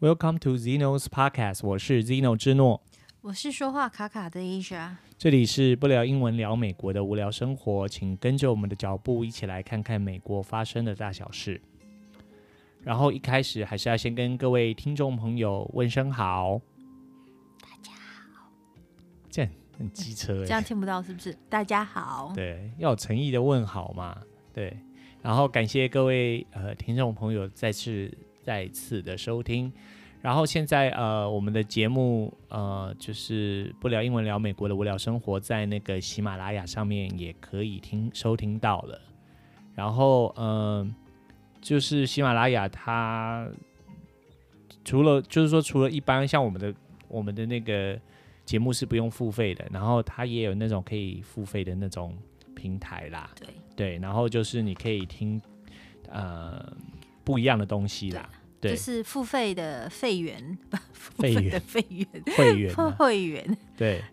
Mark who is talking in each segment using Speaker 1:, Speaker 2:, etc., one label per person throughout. Speaker 1: Welcome to Zeno's Podcast，我是 Zeno 之诺，
Speaker 2: 我是说话卡卡的 Asia。
Speaker 1: 这里是不聊英文聊美国的无聊生活，请跟着我们的脚步一起来看看美国发生的大小事。然后一开始还是要先跟各位听众朋友问声好，大家好，这样很机车哎、
Speaker 2: 这样听不到是不是？大家好，
Speaker 1: 对，要有诚意的问好嘛，对。然后感谢各位呃听众朋友再次再次的收听。然后现在呃我们的节目呃就是不聊英文聊美国的无聊生活，在那个喜马拉雅上面也可以听收听到了。然后嗯、呃就是喜马拉雅它除了就是说除了一般像我们的我们的那个节目是不用付费的，然后它也有那种可以付费的那种平台啦，
Speaker 2: 对
Speaker 1: 对，然后就是你可以听呃不一样的东西啦，对
Speaker 2: 就，是付费的费员， 不付
Speaker 1: 费
Speaker 2: 费
Speaker 1: 员
Speaker 2: 的费员，
Speaker 1: 会员、 啊、
Speaker 2: 会员
Speaker 1: 对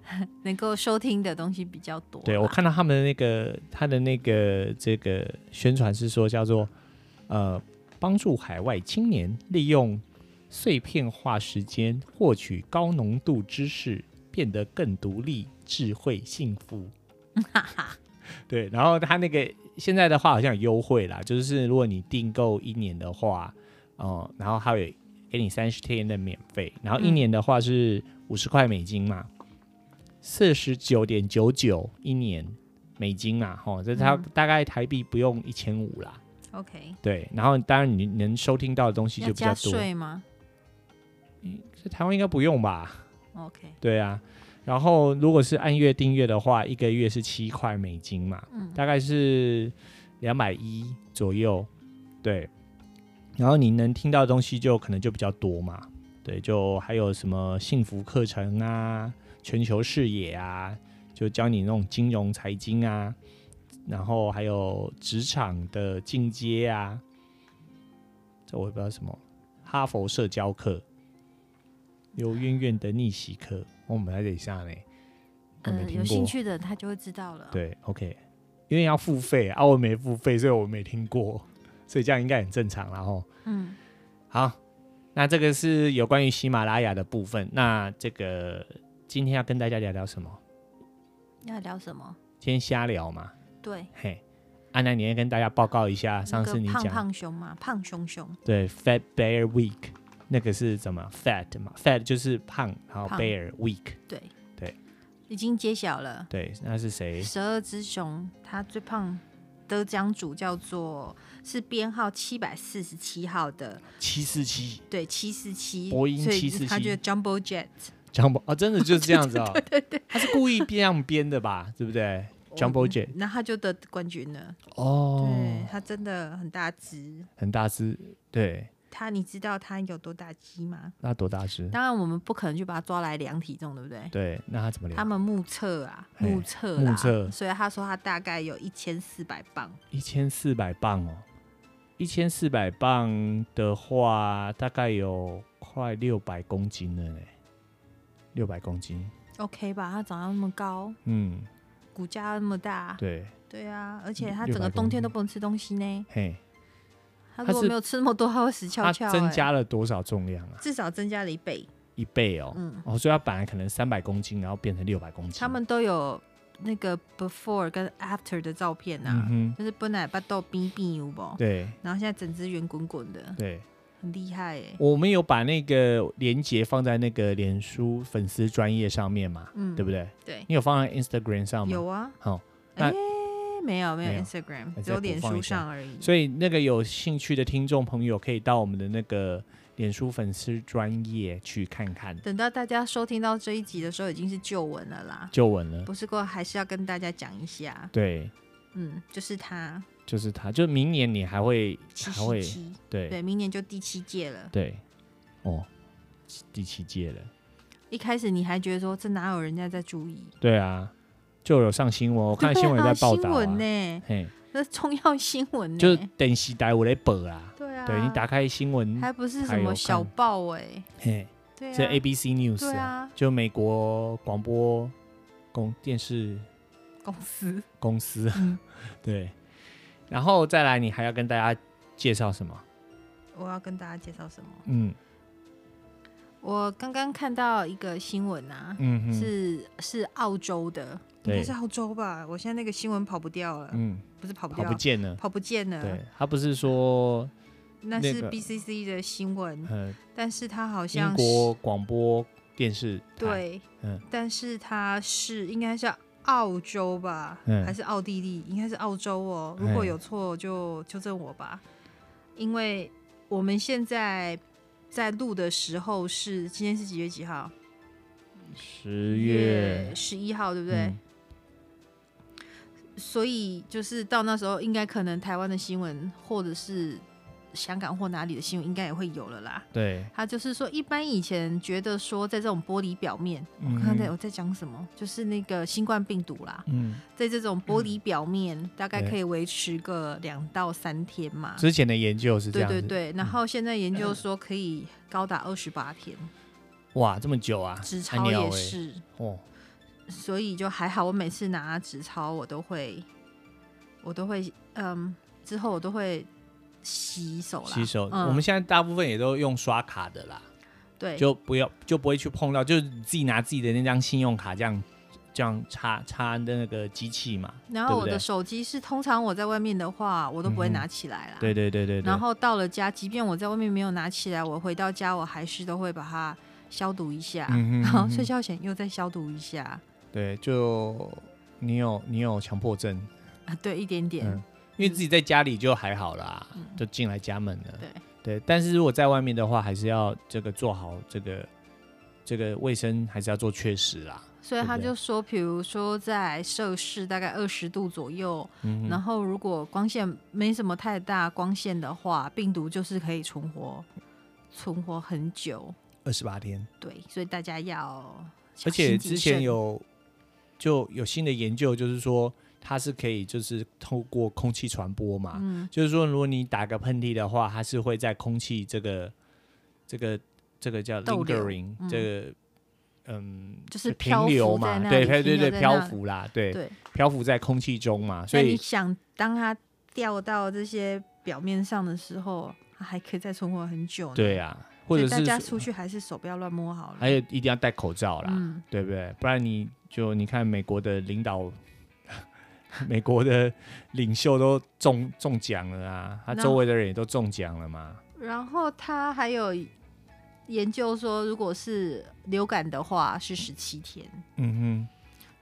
Speaker 2: 能够收听的东西比较多啦。
Speaker 1: 对，我看到他们的那个他的那个这个宣传是说叫做呃帮助海外青年利用碎片化时间获取高浓度知识，变得更独立、智慧、幸福。对，然后他那个现在的话好像有优惠啦，就是如果你订购一年的话，哦、然后还有给你三十天的免费，然后一
Speaker 2: 嗯
Speaker 1: 年的话是五十块美金嘛，四十九点九九一年美金嘛，吼，这它
Speaker 2: 嗯
Speaker 1: 大概台币不用一千五啦，
Speaker 2: ，OK，
Speaker 1: 对，然后当然你能收听到的东西
Speaker 2: 要
Speaker 1: 就比较
Speaker 2: 加
Speaker 1: 多，
Speaker 2: 税吗
Speaker 1: 在台湾应该不用吧？
Speaker 2: ？OK，
Speaker 1: 对啊，然后如果是按月订阅的话，一个月是七块美金嘛，
Speaker 2: 嗯
Speaker 1: 大概是两百一左右，对。然后你能听到的东西就可能就比较多嘛，对，就还有什么幸福课程啊、全球视野啊，就教你那种金融财经啊，然后还有职场的进阶啊，这我也不知道什么，哈佛社交课，刘渊渊的逆袭课，哦我们还得下呢，我没
Speaker 2: 呃，
Speaker 1: 听过。
Speaker 2: 有兴趣的他就会知道了。，
Speaker 1: 对，OK，因为要付费啊，我没付费，所以我没听过， 所以这样应该很正常然后
Speaker 2: 嗯，
Speaker 1: 好，那这个是有关于喜马拉雅的部分。那这个今天要跟大家聊聊什么？
Speaker 2: 要聊什么？
Speaker 1: 今天瞎聊嘛，
Speaker 2: 对，
Speaker 1: 嘿。安娜，你也跟大家报告一下，上次
Speaker 2: 那
Speaker 1: 你
Speaker 2: 个
Speaker 1: 讲
Speaker 2: 胖胖熊嘛，胖熊熊，
Speaker 1: 对 Fat Bear Week 那个是怎么 Fat 嘛？Fat 就是胖，然后
Speaker 2: 胖
Speaker 1: Bear Week
Speaker 2: 对
Speaker 1: 对，
Speaker 2: 已经揭晓了。
Speaker 1: 对，那是谁？
Speaker 2: 十二只熊，它最胖得奖主叫做是编号七百四十七号的，
Speaker 1: 七四七
Speaker 2: 对，七四七，
Speaker 1: 波音
Speaker 2: 所以
Speaker 1: 747
Speaker 2: 它就 Jumbo Jet。
Speaker 1: Jumbo 哦，真的就是这样子哦， 对对他是故意这样编的吧？对不对？Jumbo
Speaker 2: 哦
Speaker 1: Jet
Speaker 2: 嗯那它就得冠军了。
Speaker 1: 哦，
Speaker 2: 对，它真的很大只。
Speaker 1: 很大只，对，
Speaker 2: 它，你知道它有多大只吗？
Speaker 1: 那多大只？
Speaker 2: 当然，我们不可能去把它抓来量体重，对不对？
Speaker 1: 对，那他怎么
Speaker 2: 他
Speaker 1: 量？
Speaker 2: 们目测啊，
Speaker 1: 嘿
Speaker 2: 目测啦，
Speaker 1: 目测
Speaker 2: 所以他说他大概有一千四百磅，
Speaker 1: 一千四百磅哦，一千四百磅的话，大概有快六百公斤了嘞，六百公斤，
Speaker 2: ，OK 吧？它长到那么高，
Speaker 1: 嗯，
Speaker 2: 骨架那么大，
Speaker 1: 对，
Speaker 2: 对啊，而且
Speaker 1: 嗯
Speaker 2: 它
Speaker 1: 600
Speaker 2: 整个
Speaker 1: 公
Speaker 2: 冬天
Speaker 1: 斤
Speaker 2: 都不能吃东西呢。
Speaker 1: 嘿，
Speaker 2: 它
Speaker 1: 它
Speaker 2: 如果
Speaker 1: 是
Speaker 2: 没有吃那么多，它会死翘
Speaker 1: 他
Speaker 2: 翘、欸。
Speaker 1: 增加了多少重量啊？
Speaker 2: 至少增加了一倍。
Speaker 1: 一倍哦，
Speaker 2: 嗯
Speaker 1: 哦，所以他本来可能三百公斤，然后变成六百公斤，
Speaker 2: 他们都有那个 before 跟 after 的照片啊，
Speaker 1: 嗯哼，
Speaker 2: 就是本来巴豆冰冰有不？
Speaker 1: 对
Speaker 2: 然后现在整只圆滚滚的，
Speaker 1: 对，
Speaker 2: 很厉害哎、
Speaker 1: 我们有把那个链接放在那个脸书粉丝专业上面嘛，
Speaker 2: 嗯，
Speaker 1: 对不对？
Speaker 2: 对？
Speaker 1: 你有放在 Instagram 上吗？
Speaker 2: 有啊，
Speaker 1: 好、那
Speaker 2: 哎、没有没
Speaker 1: 没有
Speaker 2: 有 Instagram，
Speaker 1: 哎
Speaker 2: 只
Speaker 1: 再
Speaker 2: 有
Speaker 1: 补
Speaker 2: 脸
Speaker 1: 放一
Speaker 2: 书
Speaker 1: 下
Speaker 2: 上而已。
Speaker 1: 所以那个有兴趣的听众朋友，可以到我们的那个脸书粉丝专业去看看
Speaker 2: 等到大家收听到这一集的时候，已经是旧闻了啦。
Speaker 1: 旧闻了。
Speaker 2: 不是过还是要跟大家讲一下，
Speaker 1: 对，
Speaker 2: 嗯，就是他
Speaker 1: 就是他，就明年你还会
Speaker 2: 七
Speaker 1: 还会
Speaker 2: 十七，
Speaker 1: 对
Speaker 2: 对，明年就第七届了。
Speaker 1: 对哦，第七届了。
Speaker 2: 一开始你还觉得说这哪有人家在注意，
Speaker 1: 对啊，就有上新闻，哦 我看
Speaker 2: 对
Speaker 1: 新闻也
Speaker 2: 啊
Speaker 1: 在报道、
Speaker 2: 新
Speaker 1: 啊。
Speaker 2: 闻呢、
Speaker 1: 嘿，
Speaker 2: 那重要新闻呢、
Speaker 1: 就是等时代我来报啦。
Speaker 2: 对啊，
Speaker 1: 对你打开新闻，
Speaker 2: 还不是
Speaker 1: 台有
Speaker 2: 什
Speaker 1: 看
Speaker 2: 么小报哎、
Speaker 1: 嘿，
Speaker 2: 对
Speaker 1: 这
Speaker 2: 啊，
Speaker 1: ABC News
Speaker 2: 对
Speaker 1: 啊，
Speaker 2: 啊，
Speaker 1: 就美国广播公电视
Speaker 2: 公司
Speaker 1: 公司，啊
Speaker 2: 嗯
Speaker 1: 对，然后再来，你还要跟大家介绍什么？
Speaker 2: 我要跟大家介绍什么？
Speaker 1: 嗯，
Speaker 2: 我刚刚看到一个新闻啊，
Speaker 1: 嗯哼，
Speaker 2: 是是澳洲的，应
Speaker 1: 对
Speaker 2: 该是澳洲吧？我现在那个新闻跑不掉了，
Speaker 1: 嗯，
Speaker 2: 不是跑不
Speaker 1: 跑
Speaker 2: 掉，
Speaker 1: 不见了。
Speaker 2: 跑不见了
Speaker 1: 对。他不是说，
Speaker 2: 那
Speaker 1: 那
Speaker 2: 是
Speaker 1: 个
Speaker 2: BCC 的新闻，
Speaker 1: 呃，
Speaker 2: 但是它嗯好
Speaker 1: 英
Speaker 2: 像
Speaker 1: 国
Speaker 2: 是
Speaker 1: 广播电视台，
Speaker 2: 对，
Speaker 1: 嗯
Speaker 2: 但是它是应该是澳洲吧，
Speaker 1: 嗯
Speaker 2: 还是奥地利？应该是澳洲哦。如果
Speaker 1: 嗯
Speaker 2: 有错就纠正我吧，因为我们现在在录的时候是今天是几月几号？
Speaker 1: 十月，
Speaker 2: 十一号，对不对？
Speaker 1: 嗯
Speaker 2: 所以就是到那时候，应该可能台湾的新闻或者是香港或哪里的新闻，应该也会有了啦。
Speaker 1: 对，
Speaker 2: 他就是说，一般以前觉得说，在这种玻璃表面，
Speaker 1: 嗯
Speaker 2: 我看在
Speaker 1: 哼
Speaker 2: 我在讲什么，就是那个新冠病毒啦，
Speaker 1: 嗯，
Speaker 2: 在这种玻璃表面，大概
Speaker 1: 对
Speaker 2: 可以维持个两到三天嘛。
Speaker 1: 之前的研究是这
Speaker 2: 啊对
Speaker 1: 样子，嗯
Speaker 2: 对对，然后现在研究说可以高达二十八天，
Speaker 1: 哇，这么久啊，
Speaker 2: 纸
Speaker 1: 按
Speaker 2: 钞
Speaker 1: 鸟欸，
Speaker 2: 也是，
Speaker 1: 哦，
Speaker 2: 所以就还好。我每次拿纸钞，我都会，我都会，嗯，之后我都会洗手啦。
Speaker 1: 洗手，
Speaker 2: 嗯、
Speaker 1: 我们现在大部分也都用刷卡的啦，
Speaker 2: 对
Speaker 1: 就不要就不会去碰到，就是自己拿自己的那张信用卡这样这样插插那个机器嘛，
Speaker 2: 然后
Speaker 1: 对不
Speaker 2: 我
Speaker 1: 对
Speaker 2: 的手机是通常我在外面的话，我都不会
Speaker 1: 嗯哼
Speaker 2: 拿起来啦。
Speaker 1: 对对对对对，
Speaker 2: 啊然后到了家，即便我在外面没有拿起来，我回到家我还是都会把它消毒一下，
Speaker 1: 嗯哼
Speaker 2: 然后
Speaker 1: 嗯哼
Speaker 2: 睡觉前又再消毒一下，
Speaker 1: 对，就你有你有强迫症，
Speaker 2: 啊，对，一点点，
Speaker 1: 嗯，因为自己在家里就还好啦，就进来家门了。
Speaker 2: 嗯对
Speaker 1: 对，但是如果在外面的话，还是要这个做好这个这个卫生，还是要做确实啦。
Speaker 2: 所
Speaker 1: 对
Speaker 2: 以
Speaker 1: 不
Speaker 2: 他
Speaker 1: 对
Speaker 2: 就说，比如说在摄氏大概二十度左右，
Speaker 1: 嗯哼，
Speaker 2: 然后如果光线没什么太大光线的话，病毒就是可以存活，存活很久，
Speaker 1: 二十八天，
Speaker 2: 对，所以大家要小
Speaker 1: 而且
Speaker 2: 心谨
Speaker 1: 之前
Speaker 2: 慎
Speaker 1: 有就有新的研究，就是说它是可以就是透过空气传播嘛，
Speaker 2: 嗯
Speaker 1: 就是说如果你打个喷嚏的话，它是会在空气这个这个这个叫
Speaker 2: 逗留
Speaker 1: lingering、
Speaker 2: 嗯
Speaker 1: 这个。嗯，
Speaker 2: 就是
Speaker 1: 停
Speaker 2: 漂
Speaker 1: 留
Speaker 2: 浮在
Speaker 1: 嘛，
Speaker 2: 那
Speaker 1: 对
Speaker 2: 里
Speaker 1: 对对
Speaker 2: 停留
Speaker 1: 对，
Speaker 2: 在
Speaker 1: 漂
Speaker 2: 那
Speaker 1: 浮啦，对，
Speaker 2: 对。
Speaker 1: 漂浮在空气中嘛，所
Speaker 2: 那你
Speaker 1: 以
Speaker 2: 想，当它掉到这些表面上的时候，它还可以再存活很久呢。
Speaker 1: 对
Speaker 2: 啊，
Speaker 1: 啊，或者
Speaker 2: 大
Speaker 1: 是
Speaker 2: 家
Speaker 1: 说
Speaker 2: 出去还是手不要乱摸好了。
Speaker 1: 还有一定要戴口罩啦，
Speaker 2: 嗯，
Speaker 1: 对不对？不然你就你看美国的领导， 美国的领袖都中中奖了啊，他
Speaker 2: 那
Speaker 1: 周围的人也都中奖了嘛。
Speaker 2: 然后他还有研究说，如果是流感的话是十七天，
Speaker 1: 嗯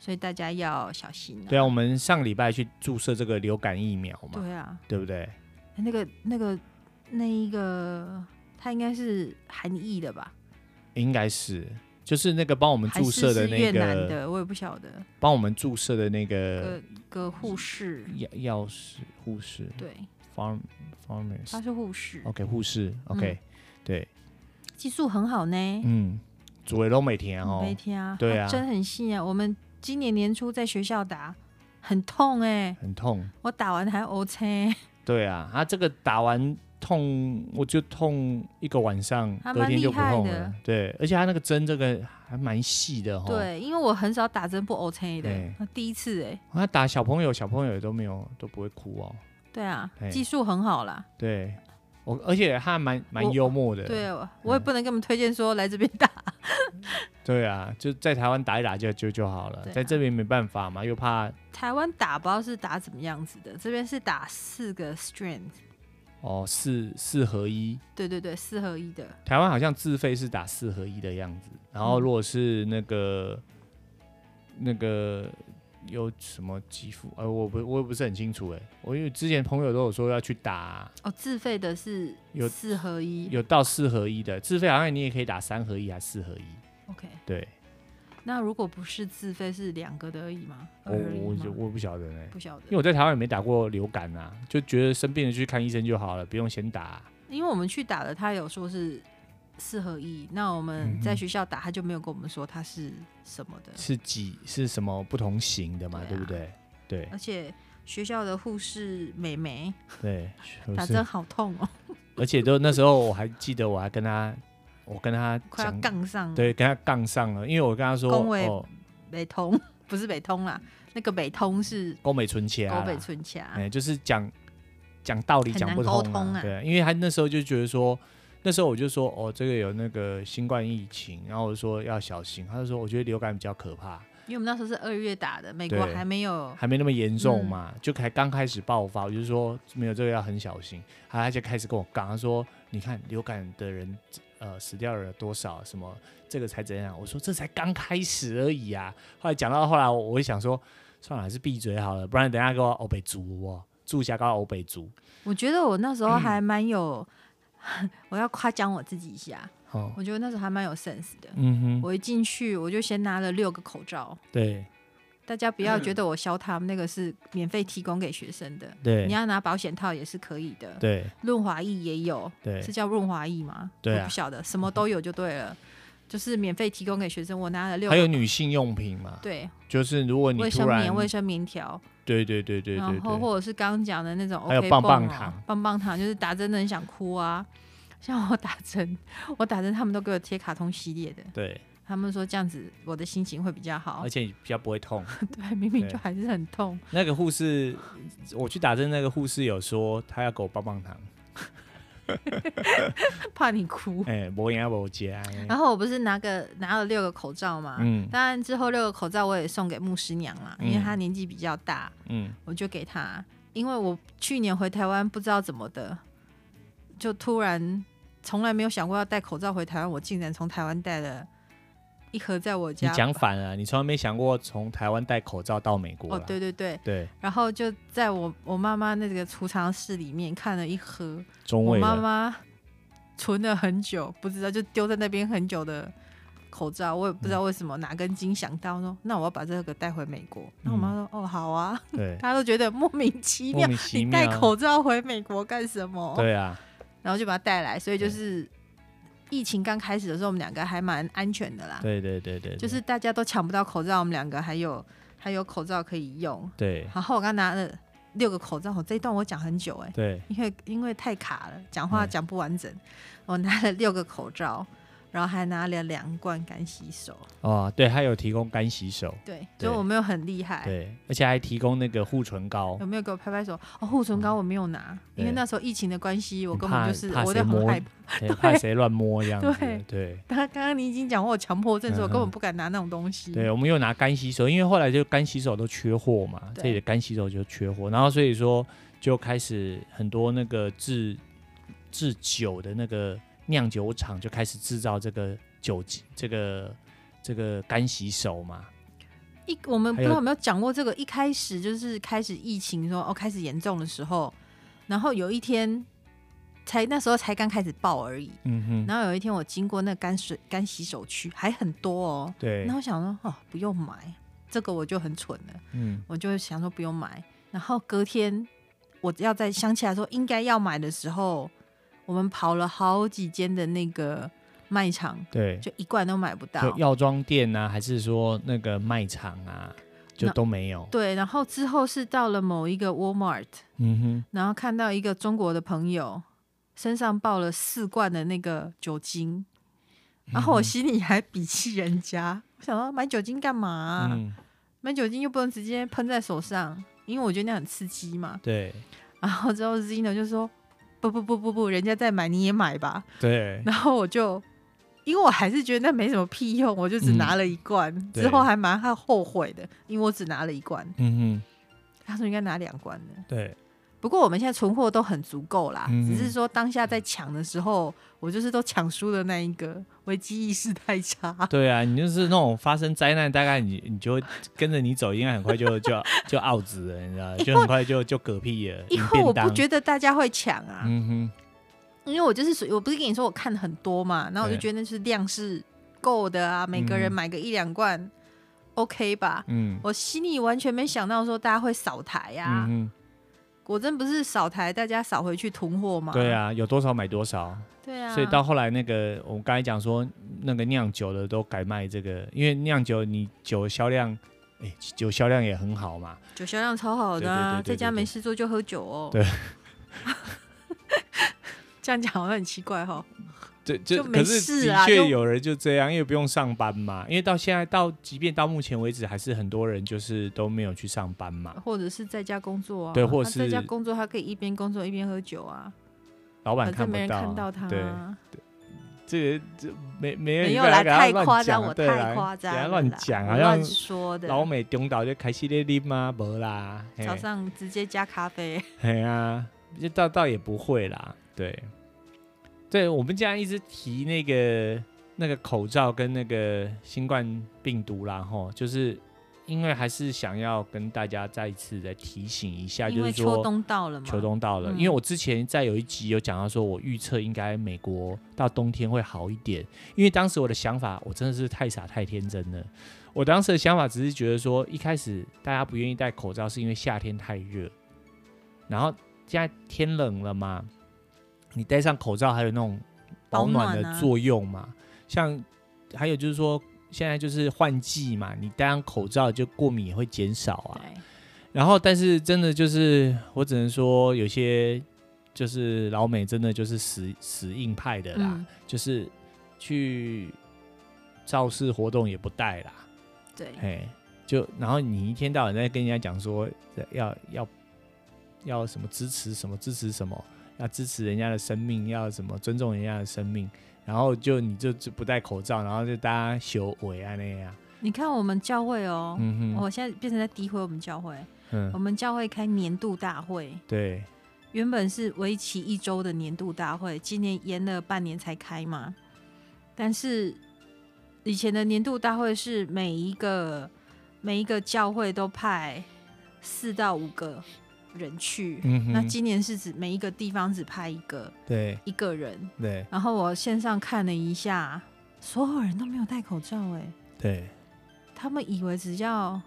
Speaker 2: 所以大家要小心、
Speaker 1: 哼，
Speaker 2: 啊。
Speaker 1: 对啊，我们上礼拜去注射这个流感疫苗嘛，
Speaker 2: 对啊，
Speaker 1: 对不对？
Speaker 2: 那个那个那一个，它应该是韩裔的吧？
Speaker 1: 应该是，就是那个帮我们
Speaker 2: 还
Speaker 1: 注
Speaker 2: 是
Speaker 1: 射
Speaker 2: 是越
Speaker 1: 那
Speaker 2: 南
Speaker 1: 个，
Speaker 2: 的？我也不晓得。
Speaker 1: 帮我们注射的那个
Speaker 2: 个个护士，
Speaker 1: 药药师护士
Speaker 2: 对，
Speaker 1: farm farmers，
Speaker 2: 他是护士，
Speaker 1: OK，护士，OK，、对，
Speaker 2: 嗯技术很好呢。
Speaker 1: 嗯，主委都每天哦
Speaker 2: 每，天啊，
Speaker 1: 对
Speaker 2: 它
Speaker 1: 啊
Speaker 2: 针很细啊。我们今年年初在学校打，很痛哎、
Speaker 1: 很痛，
Speaker 2: 我打完还 O 车，
Speaker 1: 对啊，他这个打完痛，我就痛一个晚上，
Speaker 2: 还
Speaker 1: 隔
Speaker 2: 蛮
Speaker 1: 天就
Speaker 2: 厉
Speaker 1: 不
Speaker 2: 害
Speaker 1: 痛
Speaker 2: 的
Speaker 1: 了，对，而且他那个针这个还蛮细的哦，，
Speaker 2: 对，因为我很少打针不 O 车的
Speaker 1: 对，
Speaker 2: 那第一次哎、
Speaker 1: 他打小朋友，小朋友也都没有都不会哭哦，
Speaker 2: 对啊
Speaker 1: 哎，
Speaker 2: 技术很好啦。
Speaker 1: 对。我而且他还蛮蛮
Speaker 2: 我
Speaker 1: 幽默的，
Speaker 2: 对，啊我我也不能跟你们推荐说来这边打，
Speaker 1: 对啊，就在台湾打一打就就就好了，
Speaker 2: 对啊
Speaker 1: 在这边没办法嘛，又怕
Speaker 2: 台湾打不知道是打怎么样子的，这边是打四个 strand，
Speaker 1: 哦四四合一，
Speaker 2: 对对对，四合一的，
Speaker 1: 台湾好像自费是打四合一的样子，然
Speaker 2: 嗯
Speaker 1: 后如果是那个、那个有什么肌肤，呃，我不我也不是很清楚哎，我因为之前朋友都有说要去打，
Speaker 2: 哦，自费的是
Speaker 1: 有
Speaker 2: 四合一
Speaker 1: 有到四合一的，自费好像你也可以打三合一还是四合一，
Speaker 2: ，OK，
Speaker 1: 对，
Speaker 2: 那如果不是自费是两个的而已吗？
Speaker 1: 哦我
Speaker 2: 二合一
Speaker 1: 我就
Speaker 2: 吗
Speaker 1: 我不晓得呢，
Speaker 2: 不晓得
Speaker 1: 因为，我在台湾也没打过流感啊，就觉得生病了去看医生就好了，不用先打、
Speaker 2: 因为我们去打的，他有说是四合一，那我们在学校打，他就没有跟我们说他是什么的，
Speaker 1: 嗯是几是什么不同型的嘛，对
Speaker 2: 对啊呃
Speaker 1: 不对？对
Speaker 2: 而且学校的护士美眉
Speaker 1: 对，是
Speaker 2: 打针好痛哦，
Speaker 1: 而且都那时候我还记得，我还跟他，我跟他
Speaker 2: 快要
Speaker 1: 讲，
Speaker 2: 杠上
Speaker 1: 对，跟他杠上了，因为我跟他说，
Speaker 2: 恭维
Speaker 1: 哦，
Speaker 2: 北通，不是北通啦，那个北通是
Speaker 1: 沟美存钱
Speaker 2: 狗
Speaker 1: 啊，
Speaker 2: 北村掐
Speaker 1: 哎、，就是讲讲道理
Speaker 2: 很
Speaker 1: 讲
Speaker 2: 难
Speaker 1: 不
Speaker 2: 沟
Speaker 1: 通
Speaker 2: 通啊
Speaker 1: 对，因为他那时候就觉得说，那时候我就说哦，这个有那个新冠疫情，然后我就说要小心。他就说我觉得流感比较可怕，
Speaker 2: 因为我们那时候是二月打的，美国
Speaker 1: 对
Speaker 2: 还没有，
Speaker 1: 还没那么严重嘛，
Speaker 2: 嗯
Speaker 1: 就才刚开始爆发。我就说没有这个要很小心。他他就开始跟我杠，他说你看流感的人呃死掉了多少，什么这个才怎样？我说这才刚开始而已啊。后来讲到后来，我我就想说算了，还是闭嘴好了，不然等一下给我欧北族哦，住下高欧北族
Speaker 2: 我觉得我那时候
Speaker 1: 嗯
Speaker 2: 还蛮有， 我要夸奖我自己一下，
Speaker 1: 哦，
Speaker 2: 我觉得那时候还蛮有 sense 的。
Speaker 1: 嗯哼，
Speaker 2: 我一进去，我就先拿了六个口罩。
Speaker 1: 对
Speaker 2: 大家不
Speaker 1: 嗯
Speaker 2: 要觉得我消他们那个是免费提供给学生的，你
Speaker 1: 对
Speaker 2: 要拿保险套也是可以的。
Speaker 1: 对
Speaker 2: 润滑液也有，
Speaker 1: 对
Speaker 2: 是叫润滑液吗？
Speaker 1: 对啊
Speaker 2: 我不晓得，什么都有就对了，就是免费提供给学生。我拿了六
Speaker 1: 还有
Speaker 2: 个，
Speaker 1: 女性用品嘛，
Speaker 2: 对，
Speaker 1: 就是如果你
Speaker 2: 卫
Speaker 1: 突
Speaker 2: 生
Speaker 1: 然
Speaker 2: 棉、卫生棉条，
Speaker 1: 对对对对对
Speaker 2: 然后
Speaker 1: 对，
Speaker 2: 或者是刚刚讲的那种 OK
Speaker 1: 还有棒棒
Speaker 2: 泵哦
Speaker 1: 糖，
Speaker 2: 棒棒糖就是打针的很想哭啊。像我打针，我打针他们都给我贴卡通系列的，
Speaker 1: 对，
Speaker 2: 他们说这样子我的心情会比较好
Speaker 1: 而。且你比较不会痛。
Speaker 2: 对，明明
Speaker 1: 对
Speaker 2: 就还是很痛，
Speaker 1: 那个护士，我去打针，那个护士有说她要给我棒棒 糖，
Speaker 2: 怕你哭。
Speaker 1: 哎、无牙无夹，
Speaker 2: 然后我不是拿个拿了六个口罩嘛，
Speaker 1: 嗯
Speaker 2: 当然之后六个口罩我也送给牧师娘啦，因为
Speaker 1: 嗯
Speaker 2: 她年纪比较大，
Speaker 1: 嗯，
Speaker 2: 我就给她。因为我去年回台湾不知道怎么的，就突然从来没有想过要带口罩回台湾，我竟然从台湾带了一盒在我
Speaker 1: 你
Speaker 2: 家。
Speaker 1: 讲反了，你从来没想过从台湾戴口罩到美国
Speaker 2: 哦，
Speaker 1: 啦
Speaker 2: 对对对，
Speaker 1: 对，
Speaker 2: 然后就在我我妈妈那个储藏室里面看了一盒，
Speaker 1: 中
Speaker 2: 我
Speaker 1: 卫
Speaker 2: 妈
Speaker 1: 的，
Speaker 2: 妈存了很久，不知道就丢在那边很久的口罩，我也不知道为什么、哪根筋想到
Speaker 1: 嗯
Speaker 2: 说，那我要把这个带回美国。那我妈说，哦，好啊，
Speaker 1: 对，
Speaker 2: 大家都觉得莫名
Speaker 1: 嗯
Speaker 2: 其
Speaker 1: 莫
Speaker 2: 妙，
Speaker 1: 名其
Speaker 2: 你
Speaker 1: 妙，
Speaker 2: 戴口罩回美国干什么？
Speaker 1: 对啊，
Speaker 2: 然后就把它带来，所以就
Speaker 1: 对
Speaker 2: 是疫情刚开始的时候，我们两个还蛮安全的啦，
Speaker 1: 对对对对，对
Speaker 2: 就是大家都抢不到口罩，我们两个还有还有口罩可以用。
Speaker 1: 对
Speaker 2: 然后我刚拿了六个口罩，我这一段我讲很久哎、
Speaker 1: 对
Speaker 2: 因为因为太卡了，讲话
Speaker 1: 嗯
Speaker 2: 讲不完整。我拿了六个口罩，然后还拿了两罐干洗手。
Speaker 1: 哦，对，他有提供干洗手，
Speaker 2: 对，
Speaker 1: 对
Speaker 2: 所以我没有很厉害。
Speaker 1: 对，而且还提供那个护唇膏
Speaker 2: 有，没有给我拍拍手？哦，护唇膏我没有拿，
Speaker 1: 对
Speaker 2: 因为那时候疫情的关系，我根本就是
Speaker 1: 怕怕
Speaker 2: 我都
Speaker 1: 谁
Speaker 2: 很
Speaker 1: 摸
Speaker 2: 害 怕。
Speaker 1: 对怕谁乱摸这样子，
Speaker 2: 对
Speaker 1: 对
Speaker 2: 他刚刚你已经讲过我强迫症，所以我根
Speaker 1: 嗯
Speaker 2: 本
Speaker 1: 哼
Speaker 2: 不敢拿那种东西。
Speaker 1: 对，我们又拿干洗手，因为后来就干洗手都缺货嘛，
Speaker 2: 对
Speaker 1: 这里的干洗手就缺货，然后所以说就开始很多那个制制酒的那个酿酒厂就开始制造这个酒这个这个干洗手嘛，
Speaker 2: 一我们不
Speaker 1: 还
Speaker 2: 知
Speaker 1: 有
Speaker 2: 道有没有讲过这个，一开始就是开始疫情说哦开始严重的时候，然后有一天才那时候才刚开始爆而已。
Speaker 1: 嗯哼，
Speaker 2: 然后有一天我经过那干水干洗手区，还很多哦。
Speaker 1: 对
Speaker 2: 然，后我想说哦不用买，这个我就很蠢了，
Speaker 1: 嗯，
Speaker 2: 我就想说不用买。然后隔天我要再想起来说应该要买的时候，我们跑了好几间的那个卖场，
Speaker 1: 对，
Speaker 2: 就一罐都买不到
Speaker 1: 就。药妆店啊，还是说那个卖场啊，就
Speaker 2: 那
Speaker 1: 都没有，
Speaker 2: 对，然后之后是到了某一个 Walmart，
Speaker 1: 嗯哼，
Speaker 2: 然后看到一个中国的朋友身上抱了四罐的那个酒精，然
Speaker 1: 嗯
Speaker 2: 后我心里还鄙弃人家，我想说买酒精干嘛啊、
Speaker 1: 嗯，
Speaker 2: 买酒精又不能直接喷在手上，因为我觉得那很刺激嘛。
Speaker 1: 对
Speaker 2: 然后之后 Zino 就说不不不不不，人家在买你也买吧。
Speaker 1: 对
Speaker 2: 然后我就因为我还是觉得那没什么屁用，我就只拿了一罐，
Speaker 1: 嗯对
Speaker 2: 之后还蛮后悔的，因为我只拿了一罐，
Speaker 1: 嗯哼，
Speaker 2: 他说应该拿两罐的。
Speaker 1: 对
Speaker 2: 不过我们现在存货都很足够啦，
Speaker 1: 嗯
Speaker 2: 只是说当下在抢的时候，我就是都抢输的那一个，危机意识太差。
Speaker 1: 对啊，你就是那种发生灾难，大概你你就会跟着你走，应该很快就就就out 子了，你知道，
Speaker 2: 因
Speaker 1: 就很快就就嗝屁了。
Speaker 2: 因
Speaker 1: 领
Speaker 2: 为
Speaker 1: 便
Speaker 2: 我不
Speaker 1: 当
Speaker 2: 觉得大家会抢啊，
Speaker 1: 嗯
Speaker 2: 因为我就是属于我不是跟你说我看很多嘛，然后我就
Speaker 1: 对
Speaker 2: 觉得那是量是够的啊，每个人
Speaker 1: 嗯
Speaker 2: 买个一两罐、OK 吧
Speaker 1: 哼，。嗯
Speaker 2: 我心里完全没想到说大家会扫台呀、
Speaker 1: 嗯哼，
Speaker 2: 果真不是扫台，大家扫回去囤货嘛。
Speaker 1: 对，啊，有多少买多少，
Speaker 2: 对啊。
Speaker 1: 所以到后来那个我刚才讲说，那个酿酒的都改卖这个，因为酿酒你酒销量，哎，酒销量也很好嘛，
Speaker 2: 酒销量超好的、啊，
Speaker 1: 对对对对对
Speaker 2: 在家没事做就喝酒哦。
Speaker 1: 对，
Speaker 2: 这样讲好像很奇怪哦。
Speaker 1: 对，就
Speaker 2: 就没
Speaker 1: 可是
Speaker 2: 事
Speaker 1: 的
Speaker 2: 啊就
Speaker 1: 确有人就这样，因为不用上班嘛，因为到现在到即便到目前为止，还是很多人就是都没有去上班嘛，
Speaker 2: 或者是在家工作啊，
Speaker 1: 对或
Speaker 2: 他在家
Speaker 1: 是
Speaker 2: 工作，他可以一边工作一边喝酒啊。
Speaker 1: 老板
Speaker 2: 反正
Speaker 1: 看不
Speaker 2: 没人看
Speaker 1: 到啊
Speaker 2: 到他。啊
Speaker 1: 对，这个这没没人
Speaker 2: 没有
Speaker 1: 不要
Speaker 2: 啦，
Speaker 1: 给他
Speaker 2: 太
Speaker 1: 乱
Speaker 2: 夸
Speaker 1: 讲啊
Speaker 2: 张，我
Speaker 1: 对啦
Speaker 2: 太夸张
Speaker 1: 给他
Speaker 2: 了啦，
Speaker 1: 乱讲，
Speaker 2: 我
Speaker 1: 好像
Speaker 2: 乱说的。
Speaker 1: 老美中岛就开始咧啉啊，无啦，嘿
Speaker 2: 早上直接加咖啡，
Speaker 1: 嘿啊，这倒倒也不会啦，对，对我们既然一直提那个那个口罩跟那个新冠病毒啦，吼，就是因为还是想要跟大家再一次的提醒一下，啊
Speaker 2: 因
Speaker 1: 就
Speaker 2: 为
Speaker 1: 是
Speaker 2: 秋
Speaker 1: 说
Speaker 2: 冬到了嘛。
Speaker 1: 秋冬到了，
Speaker 2: 嗯
Speaker 1: 因为我之前在有一集有讲到说，我预测应该美国到冬天会好一点，因为当时我的想法，我真的是太傻太天真了。我当时的想法只是觉得说，一开始大家不愿意戴口罩是因为夏天太热，然后现在天冷了嘛，你戴上口罩还有那种保暖
Speaker 2: 保暖
Speaker 1: 的
Speaker 2: 啊
Speaker 1: 作用嘛，像还有就是说。现在就是换季嘛，你戴上口罩就过敏也会减少啊。
Speaker 2: 对，
Speaker 1: 然后，但是真的就是，我只能说有些就是老美真的就是死死硬派的啦，
Speaker 2: 嗯
Speaker 1: 就是去造势活动也不带啦，
Speaker 2: 对，
Speaker 1: 嘿，就然后你一天到晚在跟人家讲说要要要什么支持什么支持什么，要支持人家的生命，要什么尊重人家的生命，然后就你就就不戴口罩，然后就大家修尾啊那样，
Speaker 2: 你看我们教会哦，
Speaker 1: 嗯哼，
Speaker 2: 我现在变成在诋毁我们教会。我
Speaker 1: 嗯，
Speaker 2: 们教会开年度大会，
Speaker 1: 对，
Speaker 2: 原本是为期一周的年度大会，今年延了半年才开嘛。但是以前的年度大会是每一个每一个教会都派四到五个人去，
Speaker 1: 嗯
Speaker 2: 那
Speaker 1: 哼，
Speaker 2: 今年是指每一个地方只派一个
Speaker 1: 对
Speaker 2: 一个人。
Speaker 1: 对
Speaker 2: 然后我线上看了一下，所有人都没有戴口罩、哎，
Speaker 1: 对。
Speaker 2: 他们以为只要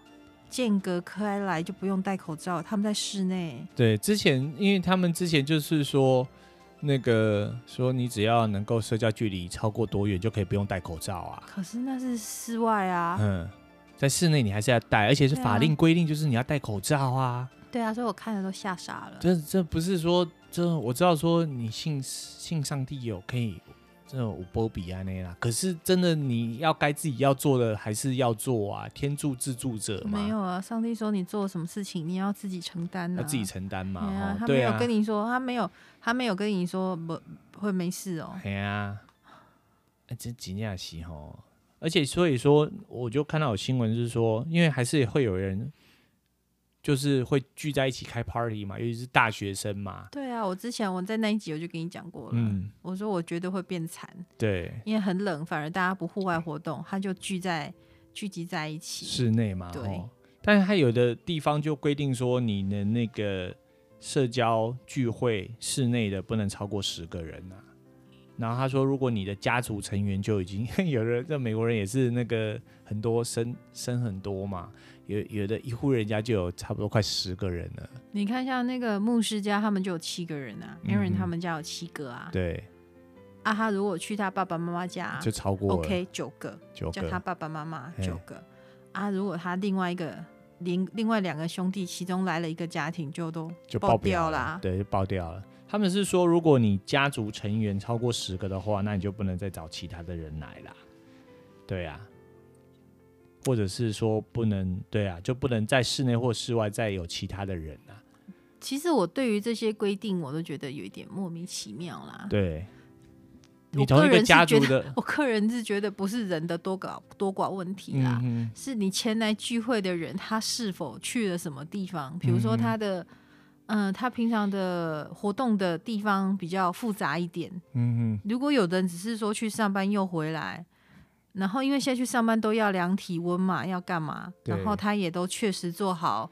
Speaker 2: 间隔开来就不用戴口罩，他们在室内。
Speaker 1: 对，之前因为他们之前就是说，那个说你只要能够社交距离超过多远，就可以不用戴口罩啊。
Speaker 2: 可是那是室外啊，
Speaker 1: 嗯，在室内你还是要戴，而且是
Speaker 2: 对啊
Speaker 1: 法令规定，就是你要戴口罩啊。
Speaker 2: 对啊，所以我看了都吓傻了。
Speaker 1: 这这不是说这我知道说你信信上帝有可以这种五波比啊那啦，可是真的你要该自己要做的还是要做啊，天助自助者嘛，
Speaker 2: 没有啊，上帝说你做什么事情，你要自己承担
Speaker 1: 要
Speaker 2: 啊，
Speaker 1: 自己承担嘛。
Speaker 2: 对啊
Speaker 1: 哦，
Speaker 2: 他没
Speaker 1: 对
Speaker 2: 有
Speaker 1: 啊
Speaker 2: 跟，你说，他没有，他没有跟你说不会没事哦。
Speaker 1: 哎呀、哎，这几亚西吼，而且所以说，我就看到有新闻是说，因为还是会有人就是会聚在一起开 party 嘛，尤其是大学生嘛，
Speaker 2: 对啊，我之前我在那一集我就跟你讲过了，
Speaker 1: 嗯，
Speaker 2: 我说我觉得会变惨，
Speaker 1: 对，
Speaker 2: 因为很冷，反而大家不户外活动，他就聚在聚集在一起。
Speaker 1: 室内嘛，
Speaker 2: 对
Speaker 1: 吼，但是它有的地方就规定说，你的那个社交聚会室内的不能超过十个人啊。然后他说，如果你的家族成员就已经 有的，这美国人也是那个很多生生很多嘛，有有的一户人家就有差不多快十个人了。
Speaker 2: 你看像那个牧师家，他们就有七个人啊、a a r o
Speaker 1: 嗯
Speaker 2: n
Speaker 1: 哼
Speaker 2: 他们家有七个啊，
Speaker 1: 对，
Speaker 2: 啊，他如果去他爸爸妈妈家
Speaker 1: 就超过了
Speaker 2: 啊，OK 九个，
Speaker 1: 九
Speaker 2: 叫他
Speaker 1: 个。
Speaker 2: 爸爸妈妈
Speaker 1: 嘿
Speaker 2: 九个啊。如果他另外一个另另外两个兄弟，其中来了一个家庭，就都
Speaker 1: 就
Speaker 2: 爆
Speaker 1: 爆表
Speaker 2: 掉啦
Speaker 1: 对，就爆掉了。他们是说，如果你家族成员超过十个的话，那你就不能再找其他的人来啦。对啊，或者是说不能，对啊，就不能在室内或室外再有其他的人啊。
Speaker 2: 其实我对于这些规定，我都觉得有一点莫名其妙啦。
Speaker 1: 对，
Speaker 2: 我
Speaker 1: 你同一
Speaker 2: 个人是
Speaker 1: 家
Speaker 2: 觉
Speaker 1: 族
Speaker 2: 得
Speaker 1: 的，
Speaker 2: 啊 我个人是觉得不是人的多寡多寡问题啦，
Speaker 1: 嗯哼，
Speaker 2: 是你前来聚会的人他是否去了什么地方，比如说
Speaker 1: 嗯
Speaker 2: 他的。嗯、他平常的活动的地方比较复杂一点，
Speaker 1: 嗯
Speaker 2: 如果有的人只是说去上班又回来，然后因为现在去上班都要量体温嘛，要干嘛？
Speaker 1: 对
Speaker 2: 然后他也都确实做好，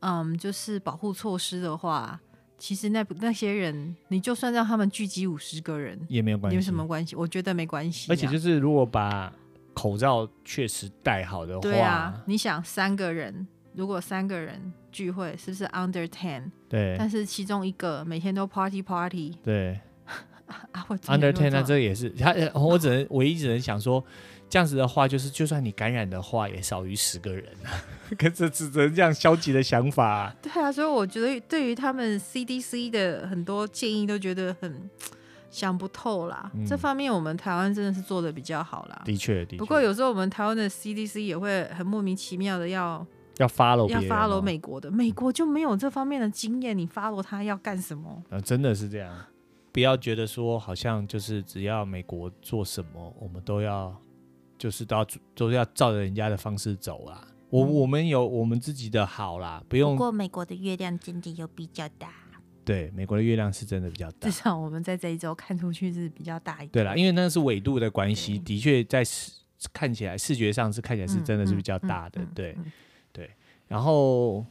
Speaker 2: 嗯，就是保护措施的话，其实那那些人，你就算让他们聚集五十个人
Speaker 1: 哼，，也没有关系。
Speaker 2: 有什么关系？我觉得没关系啊、
Speaker 1: 而且就是如果把口罩确实戴好的话，
Speaker 2: 对啊，你想三个人，如果三个人聚会，是不是 under ten？
Speaker 1: 对
Speaker 2: 但是其中一个每天都 party party
Speaker 1: 对
Speaker 2: 啊，我真的没有
Speaker 1: Under ten
Speaker 2: 做
Speaker 1: 那这也是他，呃我只 能唯一只能想说，这样子的话，就是就算你感染的话，也少于十个人啊。 可这只能这样消极的想法 啊、
Speaker 2: 对啊，所以我觉得对于他们 CDC 的很多建议都觉得很想不透啦。
Speaker 1: 嗯
Speaker 2: 这方面我们台湾真的是做的比较好啦。
Speaker 1: 的确，的确。
Speaker 2: 不过有时候我们台湾的 CDC 也会很莫名其妙的要
Speaker 1: 要 follow
Speaker 2: 要
Speaker 1: 别人哦
Speaker 2: follow 美国的，美国就没有这方面的经验，你 follow 他要干什么？
Speaker 1: 呃，真的是这样。不要觉得说好像就是只要美国做什么，我们都要就是都要都要照着人家的方式走啦。我、
Speaker 2: 嗯
Speaker 1: 我们有我们自己的好啦，不
Speaker 3: 不
Speaker 1: 用
Speaker 3: 过美国的月亮真的有比较大，
Speaker 1: 对美国的月亮是真的比较大
Speaker 2: 至。少我们在这一周看出去是比较大一点。
Speaker 1: 对啦，因为那是纬度的关系，的确在视看起来视觉上是看起来是真的是比较大的，
Speaker 2: 嗯嗯嗯
Speaker 1: 对
Speaker 2: 嗯
Speaker 1: 对。然后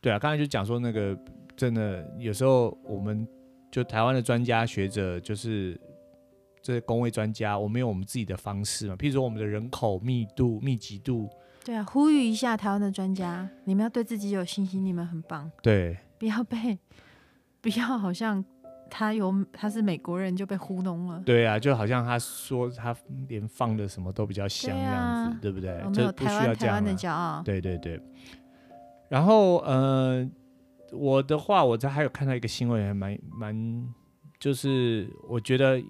Speaker 1: 对啊，刚才就讲说那个真的有时候我们就台湾的专家学者就是。这些工位专家，我们有我们自己的方式嘛？譬如说，我们的人口密度、密集度，
Speaker 2: 对啊，呼吁一下台湾的专家，你们要对自己有信心，你们很棒，
Speaker 1: 对
Speaker 2: 不要被不要好像他有他是美国人就被糊弄了。
Speaker 1: 对啊，就好像他说他连放的什么都比较香这样子，对,、不对
Speaker 2: 啊我？们
Speaker 1: 这
Speaker 2: 哦有
Speaker 1: 不
Speaker 2: 台
Speaker 1: 需要
Speaker 2: 湾
Speaker 1: 这
Speaker 2: 台
Speaker 1: 样、啊。
Speaker 2: 湾的骄傲，
Speaker 1: 对对对。然后呃，我的话，我这还有看到一个新闻，还蛮蛮，就是我觉得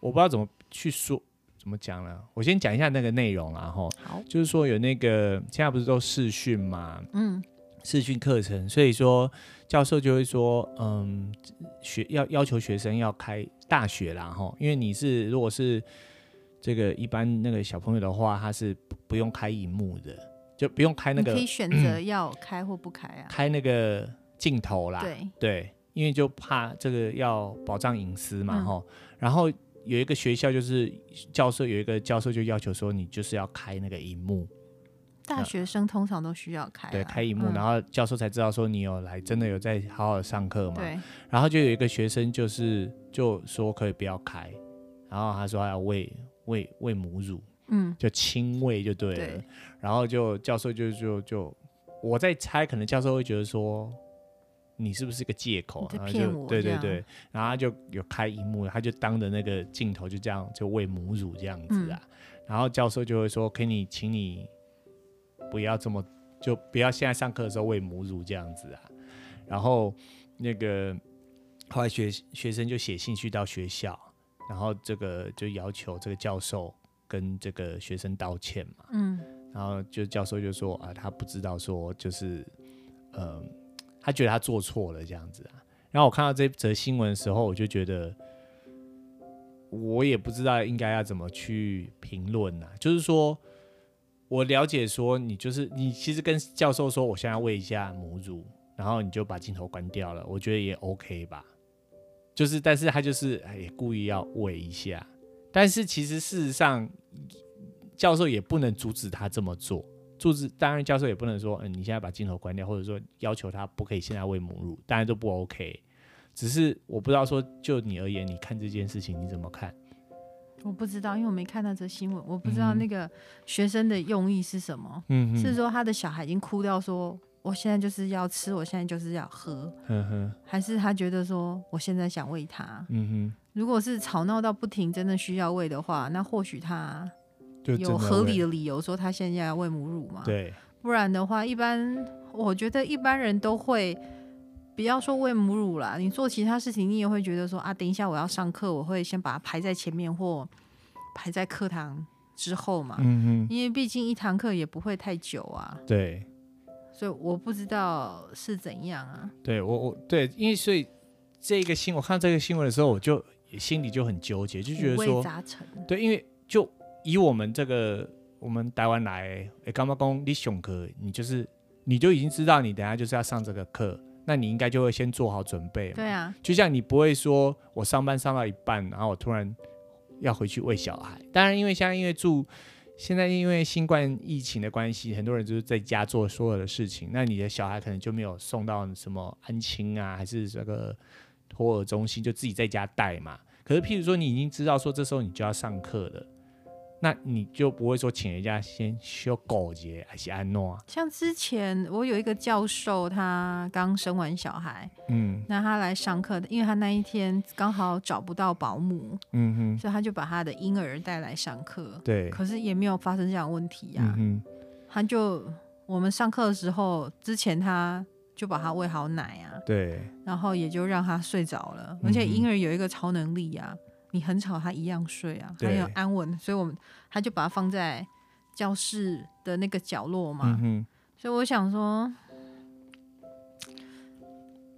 Speaker 1: 我不知道怎么去说，怎么讲呢？我先讲一下那个内容啦，吼，
Speaker 2: 好，
Speaker 1: 就是说有那个现在不是都视讯嘛，
Speaker 2: 嗯，
Speaker 1: 视讯课程，所以说教授就会说，嗯，学要要求学生要开大学啦，吼，因为你是如果是这个一般那个小朋友的话，他是不不用开荧幕的，就不用开那
Speaker 2: 你
Speaker 1: 个嗯
Speaker 2: 可以选择要开或不开啊。
Speaker 1: 开那个镜头啦，
Speaker 2: 对，
Speaker 1: 因为就怕这个要保障隐私嘛，
Speaker 2: 嗯
Speaker 1: 吼、然后有一个学校就是教授有一个教授就要求说，你就是要开那个荧幕，
Speaker 2: 大学生通常都需要开啊，
Speaker 1: 嗯对，开荧幕，
Speaker 2: 嗯
Speaker 1: 然后教授才知道说你有来，真的有在好好地上课嘛，
Speaker 2: 对，
Speaker 1: 然后就有一个学生就是就说可以不要开，然后他说他要喂喂喂母乳，
Speaker 2: 嗯，
Speaker 1: 就亲喂就对了。
Speaker 2: 对
Speaker 1: 然后就教授就就就我在猜，可能教授会觉得说你是不是个借口，啊
Speaker 2: 你在
Speaker 1: 然后
Speaker 2: 骗
Speaker 1: 就
Speaker 2: 我
Speaker 1: 对
Speaker 2: 这
Speaker 1: 对
Speaker 2: 样
Speaker 1: 对，然后他就有开荧幕，他就当着那个镜头就这样就喂母乳这样子啊。然后教授就会说：“可你，请你不要这么，就不要现在上课的时候喂母乳这样子啊。”然后那个后来学学生就写信去到学校，然后这个就要求这个教授跟这个学生道歉嘛。
Speaker 2: 嗯，
Speaker 1: 然后就教授就说啊，他不知道说就是，嗯、他觉得他做错了这样子啊。然后我看到这则新闻的时候，我就觉得，我也不知道应该要怎么去评论啊。就是说，我了解说你就是你，其实跟教授说我现在喂一下母乳，然后你就把镜头关掉了，我觉得也 OK 吧。就是，但是他就是哎也故意要喂一下，但是其实事实上教授也不能阻止他这么做，阻止当然教授也不能说，嗯，你现在把镜头关掉，或者说要求他不可以现在喂母乳，当然都不 OK。只是我不知道说，就你而言，你看这件事情你怎么看？
Speaker 2: 我不知道，因为我没看到这新闻，我不知道
Speaker 1: 嗯
Speaker 2: 那个学生的用意是什么，
Speaker 1: 嗯
Speaker 2: 是说他的小孩已经哭到说，我现在就是要吃，我现在就是要喝，
Speaker 1: 嗯哼，
Speaker 2: 还是他觉得说我现在想喂他？
Speaker 1: 嗯
Speaker 2: 如果是吵闹到不停，真的需要喂的话，那或许他
Speaker 1: 哼，就
Speaker 2: 有合理的理由说他现在要喂母乳嘛？
Speaker 1: 对，
Speaker 2: 不然的话，一般我觉得一般人都会，不要说喂母乳啦，你做其他事情，你也会觉得说啊，等一下我要上课，我会先把它排在前面或排在课堂之后嘛，
Speaker 1: 嗯哼，
Speaker 2: 因为毕竟一堂课也不会太久啊，
Speaker 1: 对，
Speaker 2: 所以我不知道是怎样啊。
Speaker 1: 对我我对，因为所以这个新我看这个新闻的时候，我就心里就很纠结，就觉得
Speaker 2: 五味
Speaker 1: 说，
Speaker 2: 杂陈，
Speaker 1: 对，因为就以我们这个我们台湾来，诶，干妈公你熊哥，你就是你就已经知道你等下就是要上这个课，那你应该就会先做好准备。
Speaker 2: 对，啊，
Speaker 1: 就像你不会说我上班上到一半，然后我突然要回去喂小孩。当然，因为现在因为住。现在因为新冠疫情的关系，很多人就是在家做所有的事情。那你的小孩可能就没有送到什么安亲啊，还是这个托儿中心，就自己在家带嘛。可是，譬如说你已经知道说这时候你就要上课了，那你就不会说请人家先休狗节还是安诺啊？
Speaker 2: 像之前我有一个教授，他刚生完小孩，
Speaker 1: 嗯
Speaker 2: 那他来上课，因为他那一天刚好找不到保姆，
Speaker 1: 嗯哼，
Speaker 2: 所以他就把他的婴儿带来上课，
Speaker 1: 对，
Speaker 2: 可是也没有发生这样的问题呀、
Speaker 1: 嗯哼，
Speaker 2: 他就我们上课的时候，之前他就把他喂好奶啊，
Speaker 1: 对，
Speaker 2: 然后也就让他睡着了。
Speaker 1: 嗯哼
Speaker 2: 而且婴儿有一个超能力呀、你很吵他一样睡啊，他
Speaker 1: 对
Speaker 2: 有安稳，所以我们他就把它放在教室的
Speaker 1: 嗯
Speaker 2: 那个角落嘛。
Speaker 1: 嗯哼，
Speaker 2: 所以我想说，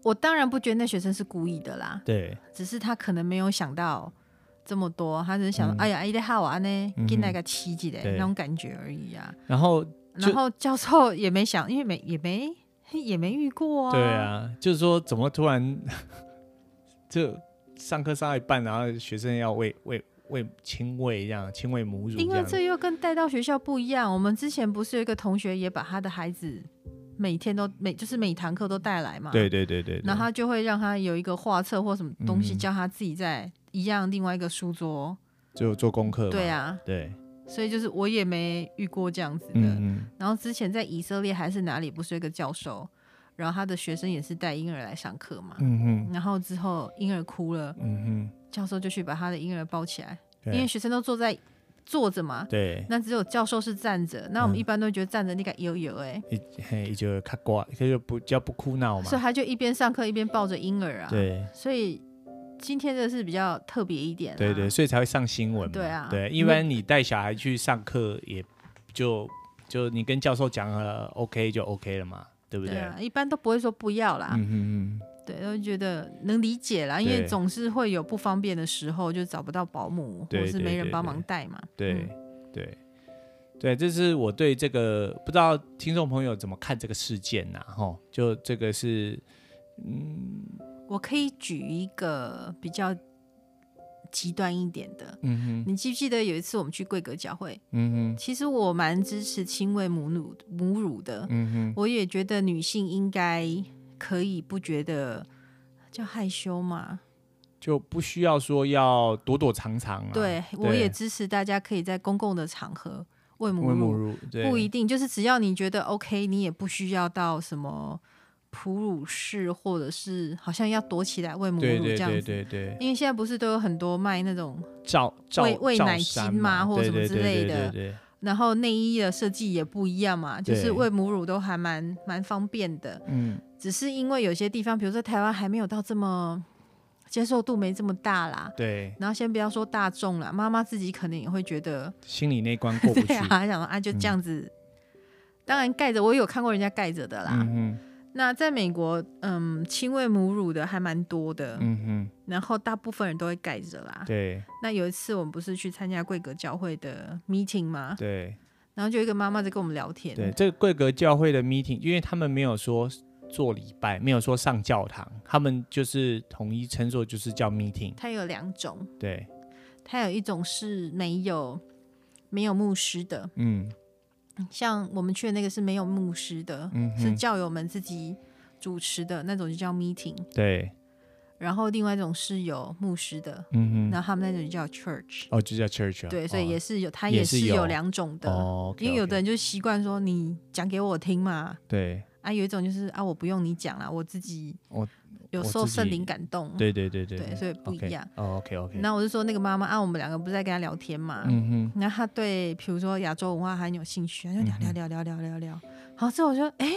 Speaker 2: 我当然不觉得那学生是故意的啦，
Speaker 1: 对，
Speaker 2: 只是他可能没有想到这么多，他只是想说，
Speaker 1: 嗯
Speaker 2: 哎呀，伊在害我安呢
Speaker 1: 嗯哼，
Speaker 2: 进来个奇迹的
Speaker 1: 对
Speaker 2: 那种感觉而已啊。
Speaker 1: 然后就
Speaker 2: 然后教授也没想，因为没也没也没遇过啊。
Speaker 1: 对，啊，就是说怎么突然 就上课上到一半，然后学生要喂喂喂亲喂这样，亲喂母乳这
Speaker 2: 因为
Speaker 1: 样
Speaker 2: 这
Speaker 1: 子，
Speaker 2: 又跟带到学校不一样。我们之前不是有一个同学也把他的孩子每天都每就是每堂课都带来嘛，
Speaker 1: 对对对对对，
Speaker 2: 然后他就会让他有一个画册或什么东西，
Speaker 1: 嗯
Speaker 2: 叫他自己在一样另外一个书桌。
Speaker 1: 就做功课嘛，
Speaker 2: 对啊，
Speaker 1: 对，
Speaker 2: 所以就是我也没遇过这样子的。
Speaker 1: 嗯
Speaker 2: 然后之前在以色列还是哪里，不是有一个教授，然后他的学生也是带婴儿来上课嘛
Speaker 1: 嗯。嗯
Speaker 2: 然后之后婴儿哭了
Speaker 1: 嗯，嗯
Speaker 2: 教授就去把他的婴儿抱起来，
Speaker 1: 嗯，
Speaker 2: 因为学生都坐在坐着嘛，
Speaker 1: 对，
Speaker 2: 那只有教授是站着。那我们
Speaker 1: 嗯
Speaker 2: 一般都觉得站着那个有有哎，
Speaker 1: 对一嘿就看瓜，他就不叫不哭闹嘛
Speaker 2: 所，以他就一边上课一边抱着婴儿啊。，
Speaker 1: 对。
Speaker 2: 所以今天的是比较特别一点、啊。
Speaker 1: 对对，所以才会上新闻嘛。
Speaker 2: 对啊
Speaker 1: 对，
Speaker 2: 你
Speaker 1: 一般你带小孩去上课，也就就你跟教授讲了 OK 就 OK 了嘛，对不
Speaker 2: 对
Speaker 1: 对？
Speaker 2: 啊，一般都不会说不要啦，
Speaker 1: 嗯嗯
Speaker 2: 对，都觉得能理解啦，因
Speaker 1: 对
Speaker 2: 为总是会有不方便的时候，就找不到保姆，
Speaker 1: 对
Speaker 2: 或是
Speaker 1: 对
Speaker 2: 没人
Speaker 1: 对
Speaker 2: 帮
Speaker 1: 对
Speaker 2: 忙带嘛。
Speaker 1: 对
Speaker 2: 嗯
Speaker 1: 对对，这是我对这个不知道听众朋友怎么看这个事件呐、吼，就这个是
Speaker 2: 我可以举一个比较极端一点的。
Speaker 1: 嗯哼
Speaker 2: 你记不记得有一次我们去贵格教会？
Speaker 1: 嗯哼
Speaker 2: 其实我蛮支持亲喂母乳母乳的，
Speaker 1: 嗯哼
Speaker 2: 我也觉得女性应该可以不觉得叫害羞嘛。
Speaker 1: 就不需要说要躲躲藏藏啊。
Speaker 2: 对，我也支持大家可以在公共的场合喂母
Speaker 1: 喂母
Speaker 2: 乳，
Speaker 1: 乳，对
Speaker 2: 不一定就是只要你觉得 OK，你也不需要到什么哺乳室或者是好像要躲起来喂母乳
Speaker 1: 对
Speaker 2: 这
Speaker 1: 对
Speaker 2: 样子。
Speaker 1: 对对对，
Speaker 2: 因为现在不是都有很多卖那种
Speaker 1: 罩罩
Speaker 2: 喂喂
Speaker 1: 罩
Speaker 2: 奶
Speaker 1: 衫
Speaker 2: 精嘛或者
Speaker 1: 对对
Speaker 2: 什么之
Speaker 1: 对
Speaker 2: 类
Speaker 1: 对对
Speaker 2: 的
Speaker 1: 对
Speaker 2: 然后内衣的设计也不一样嘛，就是
Speaker 1: 对
Speaker 2: 喂母乳都还蛮蛮方便的。
Speaker 1: 嗯
Speaker 2: 只是因为有些地方，比如说台湾还没有到这么接受度没这么大啦。
Speaker 1: 对，
Speaker 2: 然后先不要说大众啦，妈妈自己可能也会觉得，
Speaker 1: 心里那关过不去嗯
Speaker 2: 对。啊，还想说啊就这样子。当然盖着，我有看过人家盖着的啦。
Speaker 1: 嗯哼
Speaker 2: 那在美国，嗯，亲喂母乳的还蛮多的，
Speaker 1: 嗯
Speaker 2: 然后大部分人都会盖着啦
Speaker 1: 哼，。 对
Speaker 2: 那有一次我们不是去参加贵格教会的 meeting 吗？
Speaker 1: 对
Speaker 2: 然后就有一个妈妈在跟我们聊天，
Speaker 1: 对，这个贵格教会的 meeting，因为他们没有说做礼拜，没有说上教堂，他们就是统一称作就是叫 meeting。
Speaker 2: 它有两种，
Speaker 1: 对，
Speaker 2: 它有一种是没有没有牧师的，
Speaker 1: 嗯
Speaker 2: 像我们去的那个是没有牧师的，
Speaker 1: 嗯哼，
Speaker 2: 是教友们自己主持的那种，就叫 meeting。
Speaker 1: 对，
Speaker 2: 然后另外一种是有牧师的，
Speaker 1: 嗯哼，
Speaker 2: 然后他们那种就叫 church。
Speaker 1: 哦，就叫 church 啊。
Speaker 2: 对，所以也是有，它
Speaker 1: 也
Speaker 2: 是
Speaker 1: 是有
Speaker 2: 有两种的，
Speaker 1: 哦，
Speaker 2: 因为有的人就习惯说你讲给我听嘛，
Speaker 1: 对
Speaker 2: 啊，有一种就是啊，我不用你讲啦，我自己
Speaker 1: 我
Speaker 2: 有
Speaker 1: 我
Speaker 2: 受
Speaker 1: 自己
Speaker 2: 圣灵感动，
Speaker 1: 对对对
Speaker 2: 嗯对，
Speaker 1: 对，
Speaker 2: 所以不一样。。
Speaker 1: 哦，OK OK。
Speaker 2: 那我是说那个妈妈啊，我们两个不是在跟她聊天嘛，
Speaker 1: 嗯哼，
Speaker 2: 然后她对比如说亚洲文化很有兴趣，她就聊
Speaker 1: 嗯
Speaker 2: 聊
Speaker 1: 哼
Speaker 2: 聊聊聊聊聊，好之后我就哎、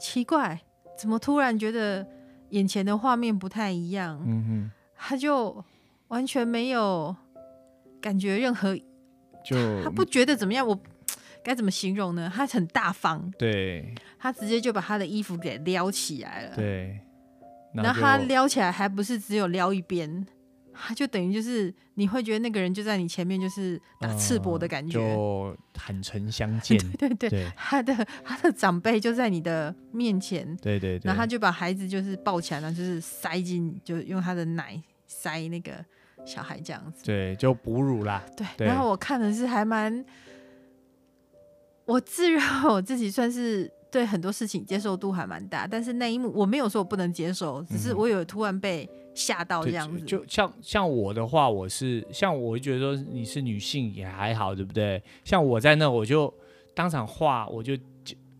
Speaker 2: 奇怪，怎么突然觉得眼前的画面不太一样？
Speaker 1: 嗯
Speaker 2: 她就完全没有感觉任何，
Speaker 1: 哼，就
Speaker 2: 她不觉得怎么样，我该怎么形容呢？她很大方，
Speaker 1: 对
Speaker 2: 她直接就把她的衣服给撩起来了，
Speaker 1: 对，
Speaker 2: 然后他
Speaker 1: 就
Speaker 2: 撩起来还不是只有撩一边，他就等于就是你会觉得那个人就在你前面，就是打赤膊的
Speaker 1: 呃
Speaker 2: 感觉。
Speaker 1: 就坦诚相见。
Speaker 2: 对对对，
Speaker 1: 对
Speaker 2: 他的他的长辈就在你的面前，
Speaker 1: 对 对对，
Speaker 2: 然后他就把孩子就是抱起来，然后就是塞进，就用他的奶塞那个小孩这样子。
Speaker 1: 对就哺乳啦，
Speaker 2: 对，
Speaker 1: 对
Speaker 2: 然后我看的是还蛮，我自认为我自己算是。对很多事情接受度还蛮大，但是那一幕我没有说我不能接受，只是
Speaker 1: 嗯
Speaker 2: 我有突然被吓到哦这
Speaker 1: 对
Speaker 2: 样子。
Speaker 1: 就就像像我的话，我是像我会觉得说你是女性也还好，对不对？像我在那，我就当场画，我就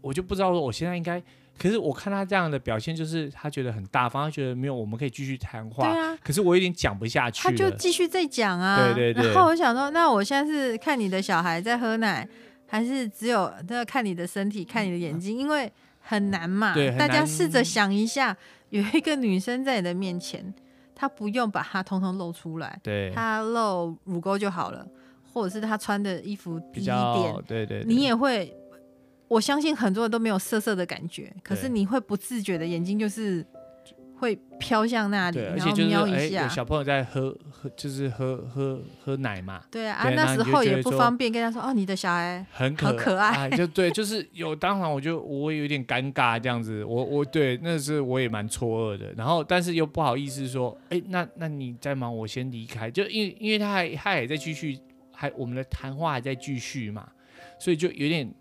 Speaker 1: 我就不知道说我现在应该。可是我看他这样的表现，就是他觉得很大方，他觉得没有，我们可以继续谈话。
Speaker 2: 对啊
Speaker 1: 可是我有点讲不下去
Speaker 2: 他
Speaker 1: 了。
Speaker 2: 就继续在讲啊。
Speaker 1: 对对对
Speaker 2: 然后我想说，那我现在是看你的小孩在喝奶，还是只有那看你的身体、看你的眼睛？因为很难嘛。
Speaker 1: 对很
Speaker 2: 大
Speaker 1: 难
Speaker 2: 家试着想一下，有一个女生在你的面前，她不用把她通通露出来，
Speaker 1: 对，
Speaker 2: 她露乳沟就好了，或者是她穿的衣服低
Speaker 1: 比
Speaker 2: 一
Speaker 1: 较
Speaker 2: 点，
Speaker 1: 对对对，
Speaker 2: 你也会。我相信很多人都没有色色的感觉，可是
Speaker 1: 对
Speaker 2: 你会不自觉的眼睛就是会飘向那里，
Speaker 1: 对，而
Speaker 2: 然
Speaker 1: 且
Speaker 2: 后
Speaker 1: 就是
Speaker 2: 瞄
Speaker 1: 哎，
Speaker 2: 一下
Speaker 1: 有。小朋友在喝喝，就是喝喝喝奶嘛，
Speaker 2: 对啊，啊
Speaker 1: 对
Speaker 2: 那
Speaker 1: 那
Speaker 2: 时
Speaker 1: 你就
Speaker 2: 候
Speaker 1: 觉
Speaker 2: 也
Speaker 1: 得
Speaker 2: 不
Speaker 1: 说
Speaker 2: 方便跟他说哦，你的小孩
Speaker 1: 很哎
Speaker 2: 好可爱
Speaker 1: 就对，就是有。当然，我就我有点尴尬这样子，我我对那是我也蛮错愕的。然后，但是又不好意思说，哎，那那你在忙，我先离开。就因为因为他还他也在继续，还我们的谈话还在继续嘛，所以就有点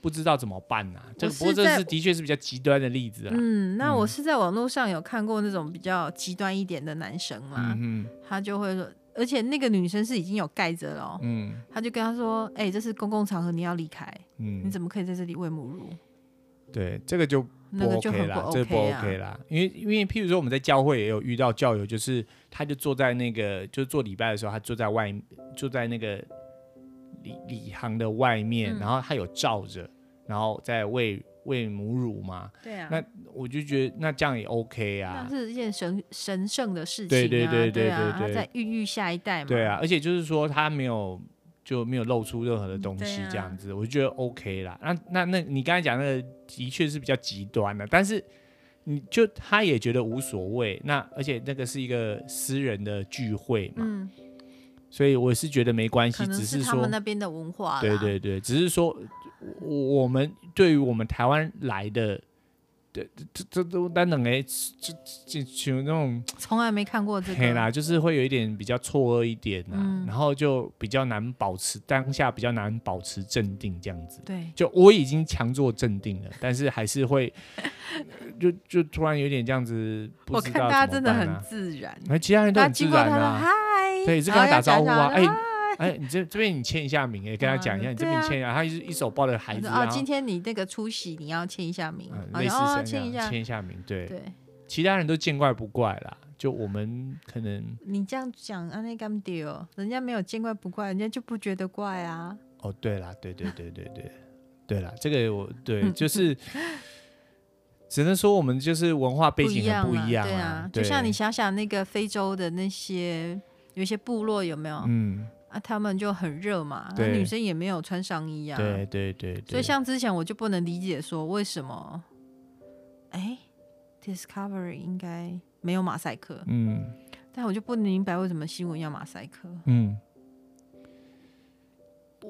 Speaker 1: 不知道怎么办呐、这
Speaker 2: 我
Speaker 1: 个
Speaker 2: 是
Speaker 1: 不过这
Speaker 2: 在
Speaker 1: 是的确是比较极端的例子啦。
Speaker 2: 嗯，那我
Speaker 1: 嗯
Speaker 2: 是在网络上有看过那种比较极端一点的男生嘛，
Speaker 1: 嗯
Speaker 2: 他就会说，而且那个女生是已经有盖着了、哦
Speaker 1: 哼，嗯
Speaker 2: 他就跟他说，哎、这是公共场合，你要离开，你
Speaker 1: 嗯，
Speaker 2: 怎么可以在这里喂母乳？
Speaker 1: 对，这个就
Speaker 2: 那个就很
Speaker 1: 啦，这不
Speaker 2: OK 啊。
Speaker 1: OK 啦，因为因为譬如说我们在教会也有遇到教友，就是他就坐在那个就是做礼拜的时候，他坐在外坐在那个礼礼堂的外面，
Speaker 2: 嗯
Speaker 1: 然后他有罩着，然后在喂喂母乳嘛，
Speaker 2: 对啊，
Speaker 1: 那我就觉得那这样也 OK 啊
Speaker 2: 那，是一件神神圣的事情啊，
Speaker 1: 对对对对对
Speaker 2: 啊，他
Speaker 1: 对
Speaker 2: 在孕育下一代嘛，
Speaker 1: 对啊，，而且就是说他没有就没有露出任何的东西
Speaker 2: 对啊
Speaker 1: 这样子，我就觉得 OK 啦。那那那你刚才讲那个的确是比较极端的，但是你就他也觉得无所谓。那而且那个是一个私人的聚会嘛，
Speaker 2: 嗯，
Speaker 1: 所以我是觉得没关系
Speaker 2: 可，能
Speaker 1: 只
Speaker 2: 是他
Speaker 1: 说
Speaker 2: 们那边的文化啦，
Speaker 1: 对对对，只是说我我们对于我们台湾来的。对，这这都单等哎，这这就那种
Speaker 2: 从来没看过这
Speaker 1: 嘿
Speaker 2: 个，
Speaker 1: 啦，就是会有一点比较错愕一点呐、
Speaker 2: 嗯
Speaker 1: 然后就比较难保持当下比较难保持镇定这样子。
Speaker 2: 对，
Speaker 1: 就我已经强作镇定了，但是还是 会就就突然有点这样子，不
Speaker 2: 我
Speaker 1: 知
Speaker 2: 看
Speaker 1: 道
Speaker 2: 大家
Speaker 1: 怎
Speaker 2: 真
Speaker 1: 么
Speaker 2: 的
Speaker 1: 办
Speaker 2: 很
Speaker 1: 啊。
Speaker 2: 自然，
Speaker 1: 哎，其他人都
Speaker 2: 他
Speaker 1: 很自
Speaker 2: 经过
Speaker 1: 然
Speaker 2: 他说
Speaker 1: 啊。
Speaker 2: 嗨，
Speaker 1: 对，也是
Speaker 2: 然
Speaker 1: 跟他
Speaker 2: 后
Speaker 1: 打
Speaker 2: 要讲
Speaker 1: 招呼
Speaker 2: 啥
Speaker 1: 啊。
Speaker 2: 的
Speaker 1: 哎
Speaker 2: 啊
Speaker 1: 哎，你这这边你欠一下名，哎，跟他讲一下，
Speaker 2: 嗯
Speaker 1: 你这边
Speaker 2: 对啊
Speaker 1: 欠一下。他一一手抱着孩
Speaker 2: 我
Speaker 1: 子，
Speaker 2: 说
Speaker 1: 然后
Speaker 2: 哦，今天你那个出席你要签一下名
Speaker 1: 嗯，
Speaker 2: 哦
Speaker 1: 类似
Speaker 2: 然后
Speaker 1: 像这
Speaker 2: 签一
Speaker 1: 样
Speaker 2: 下，
Speaker 1: 签一下名，对，
Speaker 2: 对
Speaker 1: 其他人都见怪不怪啦。就我们可能
Speaker 2: 你这样讲啊，那干丢，人家没有见怪不怪，人家就不觉得怪啊。
Speaker 1: 哦，对啦，对对对对对，对啦，这个我对
Speaker 2: 嗯
Speaker 1: 就是，只能说我们就是文化背景很不
Speaker 2: 啊
Speaker 1: 一样
Speaker 2: 对啊，就像你想想那个非洲的那些有一些部落有没有、
Speaker 1: 嗯，
Speaker 2: 啊？他们就很热嘛，那
Speaker 1: 对
Speaker 2: 女生也没有穿上衣啊。
Speaker 1: 对对对对，
Speaker 2: 所以像之前我就不能理解说为什么，哎，Discovery 应该没有马赛克，
Speaker 1: 嗯
Speaker 2: 但我就不明白为什么新闻要马赛克。
Speaker 1: 嗯，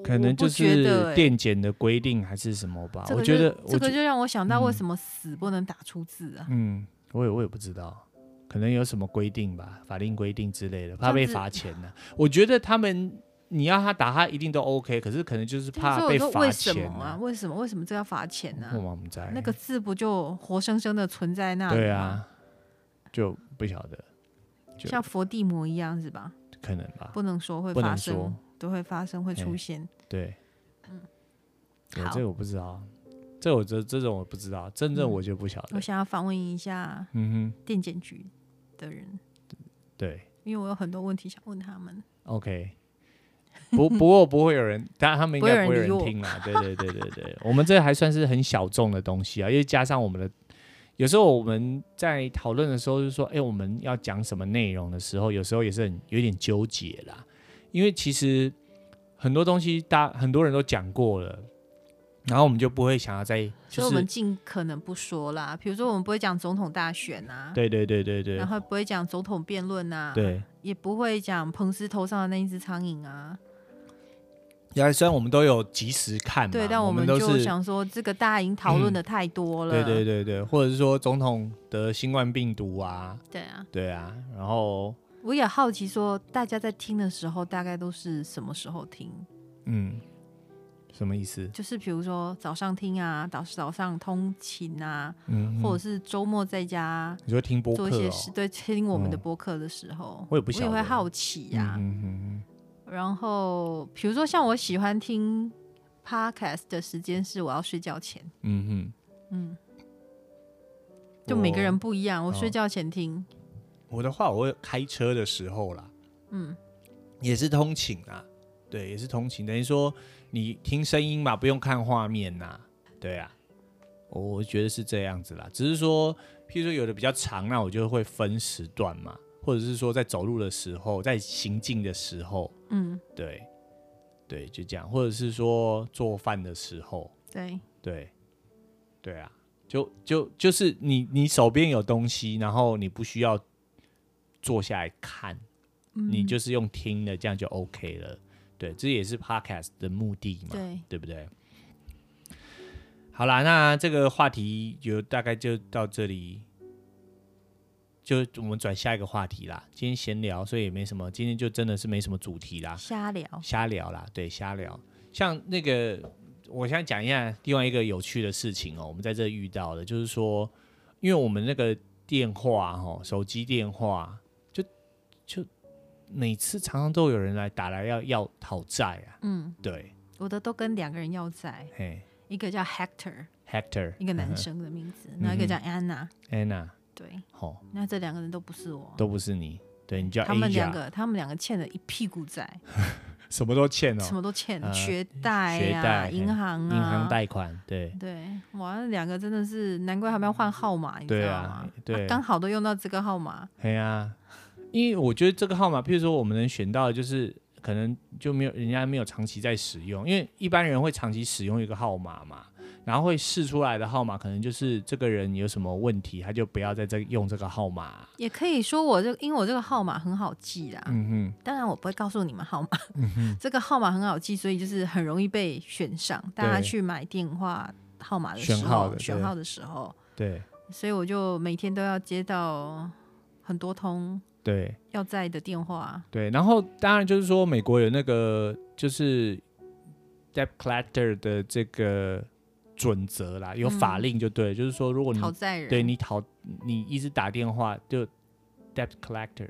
Speaker 1: 可
Speaker 2: 我
Speaker 1: 能
Speaker 2: 不
Speaker 1: 就
Speaker 2: 觉得
Speaker 1: 是
Speaker 2: 欸
Speaker 1: 电检的规定还是什么吧，
Speaker 2: 这
Speaker 1: 我
Speaker 2: 个
Speaker 1: 觉
Speaker 2: 就
Speaker 1: 得我
Speaker 2: 这个
Speaker 1: 觉
Speaker 2: 就让我想到为
Speaker 1: 嗯
Speaker 2: 什么死不能打出字啊？
Speaker 1: 嗯，我也我也不知道。可能有什么规定吧，法令规定之类的，怕
Speaker 2: 样
Speaker 1: 被
Speaker 2: 子
Speaker 1: 罚钱呢、我觉得他们，你要他打他一定都 OK，可是可能就是
Speaker 2: 对啊
Speaker 1: 怕
Speaker 2: 所
Speaker 1: 被
Speaker 2: 以我说
Speaker 1: 罚
Speaker 2: 为什
Speaker 1: 钱
Speaker 2: 么啊？为什么为什么这要罚钱啊呢、
Speaker 1: 我们在
Speaker 2: 那个字不就活生生的存在那里？
Speaker 1: 哎对，啊，就不晓得，就
Speaker 2: 像佛地魔一样是吧？
Speaker 1: 可能吧，
Speaker 2: 不能说会
Speaker 1: 不
Speaker 2: 发
Speaker 1: 能说
Speaker 2: 生，，都会发生会
Speaker 1: 嘿
Speaker 2: 出现。
Speaker 1: 对，对，
Speaker 2: 嗯好
Speaker 1: 这，个我不知道，这我这这种我不知道，真正
Speaker 2: 嗯
Speaker 1: 我就不晓
Speaker 2: 我
Speaker 1: 得，
Speaker 2: 想要访问一下
Speaker 1: 嗯哼，
Speaker 2: 电检局的人，
Speaker 1: 对
Speaker 2: 因为我有很多问题想问他们。
Speaker 1: ，OK。不，不过不会有人，但他们应
Speaker 2: 不会
Speaker 1: 该
Speaker 2: 有
Speaker 1: 不会有
Speaker 2: 人理
Speaker 1: 人
Speaker 2: 我
Speaker 1: 听啦。对对对对对， 我们这还算是很小众的东西啊，因为加上我们的，有时候我们在讨论的时候，就说，哎，我们要讲什么内容的时候，有时候也是很有点纠结啦。因为其实很多东西大很多人都讲过了，然后我们就不会想要再就
Speaker 2: 所以我
Speaker 1: 是
Speaker 2: 们尽可能不说啦，比如说我们不会讲总统大选啊，
Speaker 1: 对对对对对
Speaker 2: 然后不会讲总统辩论啊，
Speaker 1: 对。
Speaker 2: 也不会讲彭斯头上的那一只苍蝇啊，
Speaker 1: 然后虽然我们都有及时看嘛，
Speaker 2: 对，但
Speaker 1: 我
Speaker 2: 们
Speaker 1: 都
Speaker 2: 就是想说这个大营讨论的太多了，
Speaker 1: 对对对对，或者是说总统得新冠病毒啊，
Speaker 2: 对啊，
Speaker 1: 对啊，然后
Speaker 2: 我也好奇说大家在听的时候大概都是什么时候听？
Speaker 1: 嗯，什么意思？
Speaker 2: 就是比如说早上听啊，早早上通勤啊，
Speaker 1: 嗯，
Speaker 2: 或者
Speaker 1: 嗯
Speaker 2: 是周末在家
Speaker 1: 你说听播
Speaker 2: 做
Speaker 1: 客
Speaker 2: 一些
Speaker 1: 哦，
Speaker 2: 事，对，听我们的
Speaker 1: 嗯
Speaker 2: 播客的时候，
Speaker 1: 我也不晓得
Speaker 2: 会好奇呀、
Speaker 1: 嗯嗯
Speaker 2: 然后比如说像我喜欢听 podcast 的时间是我要睡觉前，
Speaker 1: 嗯嗯嗯，
Speaker 2: 嗯，就每个人不一样，我
Speaker 1: 哦
Speaker 2: 睡觉前听，
Speaker 1: 我的话，我会开车的时候啦，
Speaker 2: 嗯，
Speaker 1: 也是通勤啊，对，也是通勤，等于说你听声音嘛，不用看画面呐、对啊，我我觉得是这样子啦，只是说，譬如说有的比较长，那我就会分时段嘛，或者是说在走路的时候，在行进的时候，
Speaker 2: 嗯，
Speaker 1: 对，对，就这样，或者是说做饭的时候，
Speaker 2: 对，
Speaker 1: 对，对啊，就就就是你你手边有东西，然后你不需要坐下来看，你就是用听的，这样就 OK 了。对，这也是 podcast 的目的嘛，
Speaker 2: 对
Speaker 1: 对不对？好啦，那这个话题就大概就到这里，就我们转下一个话题啦。今天闲聊，所以也没什么，今天就真的是没什么主题啦。
Speaker 3: 瞎
Speaker 2: 哦
Speaker 3: 聊，
Speaker 1: 瞎聊啦，对，瞎聊。像那个，我想讲一下另外一个有趣的事情哦，我们在这遇到的，就是说，因为我们那个电话哦，手机电话，就就每次常常都有人来打来要要讨债啊，
Speaker 2: 嗯，
Speaker 1: 对，
Speaker 2: 我的都跟两个人要在，
Speaker 1: 嘿
Speaker 2: 一个叫 Hector，
Speaker 1: ，Hector，
Speaker 2: 一个男生的名
Speaker 1: 嗯
Speaker 2: 字，然后一个叫 Anna，
Speaker 1: ，Anna，
Speaker 2: 对，
Speaker 1: 哦，
Speaker 2: 那这两个人都不是我，
Speaker 1: 都不是你，对你叫
Speaker 2: 他们两
Speaker 1: Asia，
Speaker 2: 个，他们两个欠了一屁股债，
Speaker 1: 什么都欠
Speaker 2: 什
Speaker 1: 哦，
Speaker 2: 么都欠，
Speaker 1: 呃
Speaker 2: 学贷
Speaker 1: 学
Speaker 2: 啊，
Speaker 1: 贷
Speaker 2: 银行
Speaker 1: 银
Speaker 2: 啊，
Speaker 1: 行贷款，对，
Speaker 2: 对，哇，那两个真的是，难怪他们要换号码，你知
Speaker 1: 对
Speaker 2: 道
Speaker 1: 啊
Speaker 2: 吗？
Speaker 1: 对
Speaker 2: 刚好都用到这个号码，
Speaker 1: 对啊，因为我觉得这个号码，譬如说我们能选到，的就是可能就没有人家没有长期在使用，因为一般人会长期使用一个号码嘛，然后会试出来的号码，可能就是这个人有什么问题，他就不要再这用这个号码。
Speaker 2: 也可以说我这，因为我这个号码很好记啦。
Speaker 1: 嗯
Speaker 2: 当然，我不会告诉你们号码，这个号码很好记，所以就是很容易被选上。大家
Speaker 1: 对
Speaker 2: 去买电话号码的时
Speaker 1: 选
Speaker 2: 候，
Speaker 1: 号的
Speaker 2: 选
Speaker 1: 对
Speaker 2: 号的时候，
Speaker 1: 哼，对
Speaker 2: 所以我就每天都要接到很多通
Speaker 1: 对
Speaker 2: 要在的电话。
Speaker 1: 对，然后当然就是说美国有那个就是 debt collector 的这个准则啦，有法
Speaker 2: 嗯
Speaker 1: 令就对了，就是说如哦果你
Speaker 2: 讨债人，
Speaker 1: 对你讨你一直打电话就 debt collector，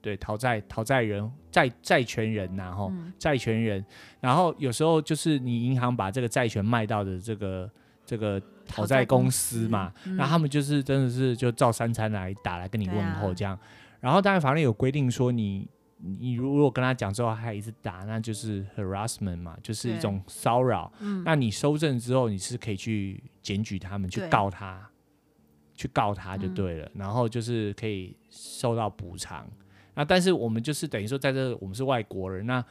Speaker 1: 对讨债讨债人债债权人呐、吼、
Speaker 2: 嗯
Speaker 1: 债权人，然后有时候就是你银行把这个债权卖到的这个这个讨债公司嘛，
Speaker 2: 嗯
Speaker 1: 然后他们就是真的是就照三餐来打来跟你
Speaker 2: 对
Speaker 1: 问
Speaker 2: 啊
Speaker 1: 候这样，然后当然法律有规定说你。你如果跟他讲之后，他还一直打，那就是 harassment 嘛，就是一
Speaker 2: 对
Speaker 1: 种骚扰。
Speaker 2: 嗯，
Speaker 1: 那你收证之后，你是可以去检举他们，去
Speaker 2: 对嗯
Speaker 1: 告他，去告他就对了，然后就是可以受到补偿。那但是我们就是等于说，在这我们是外国人，那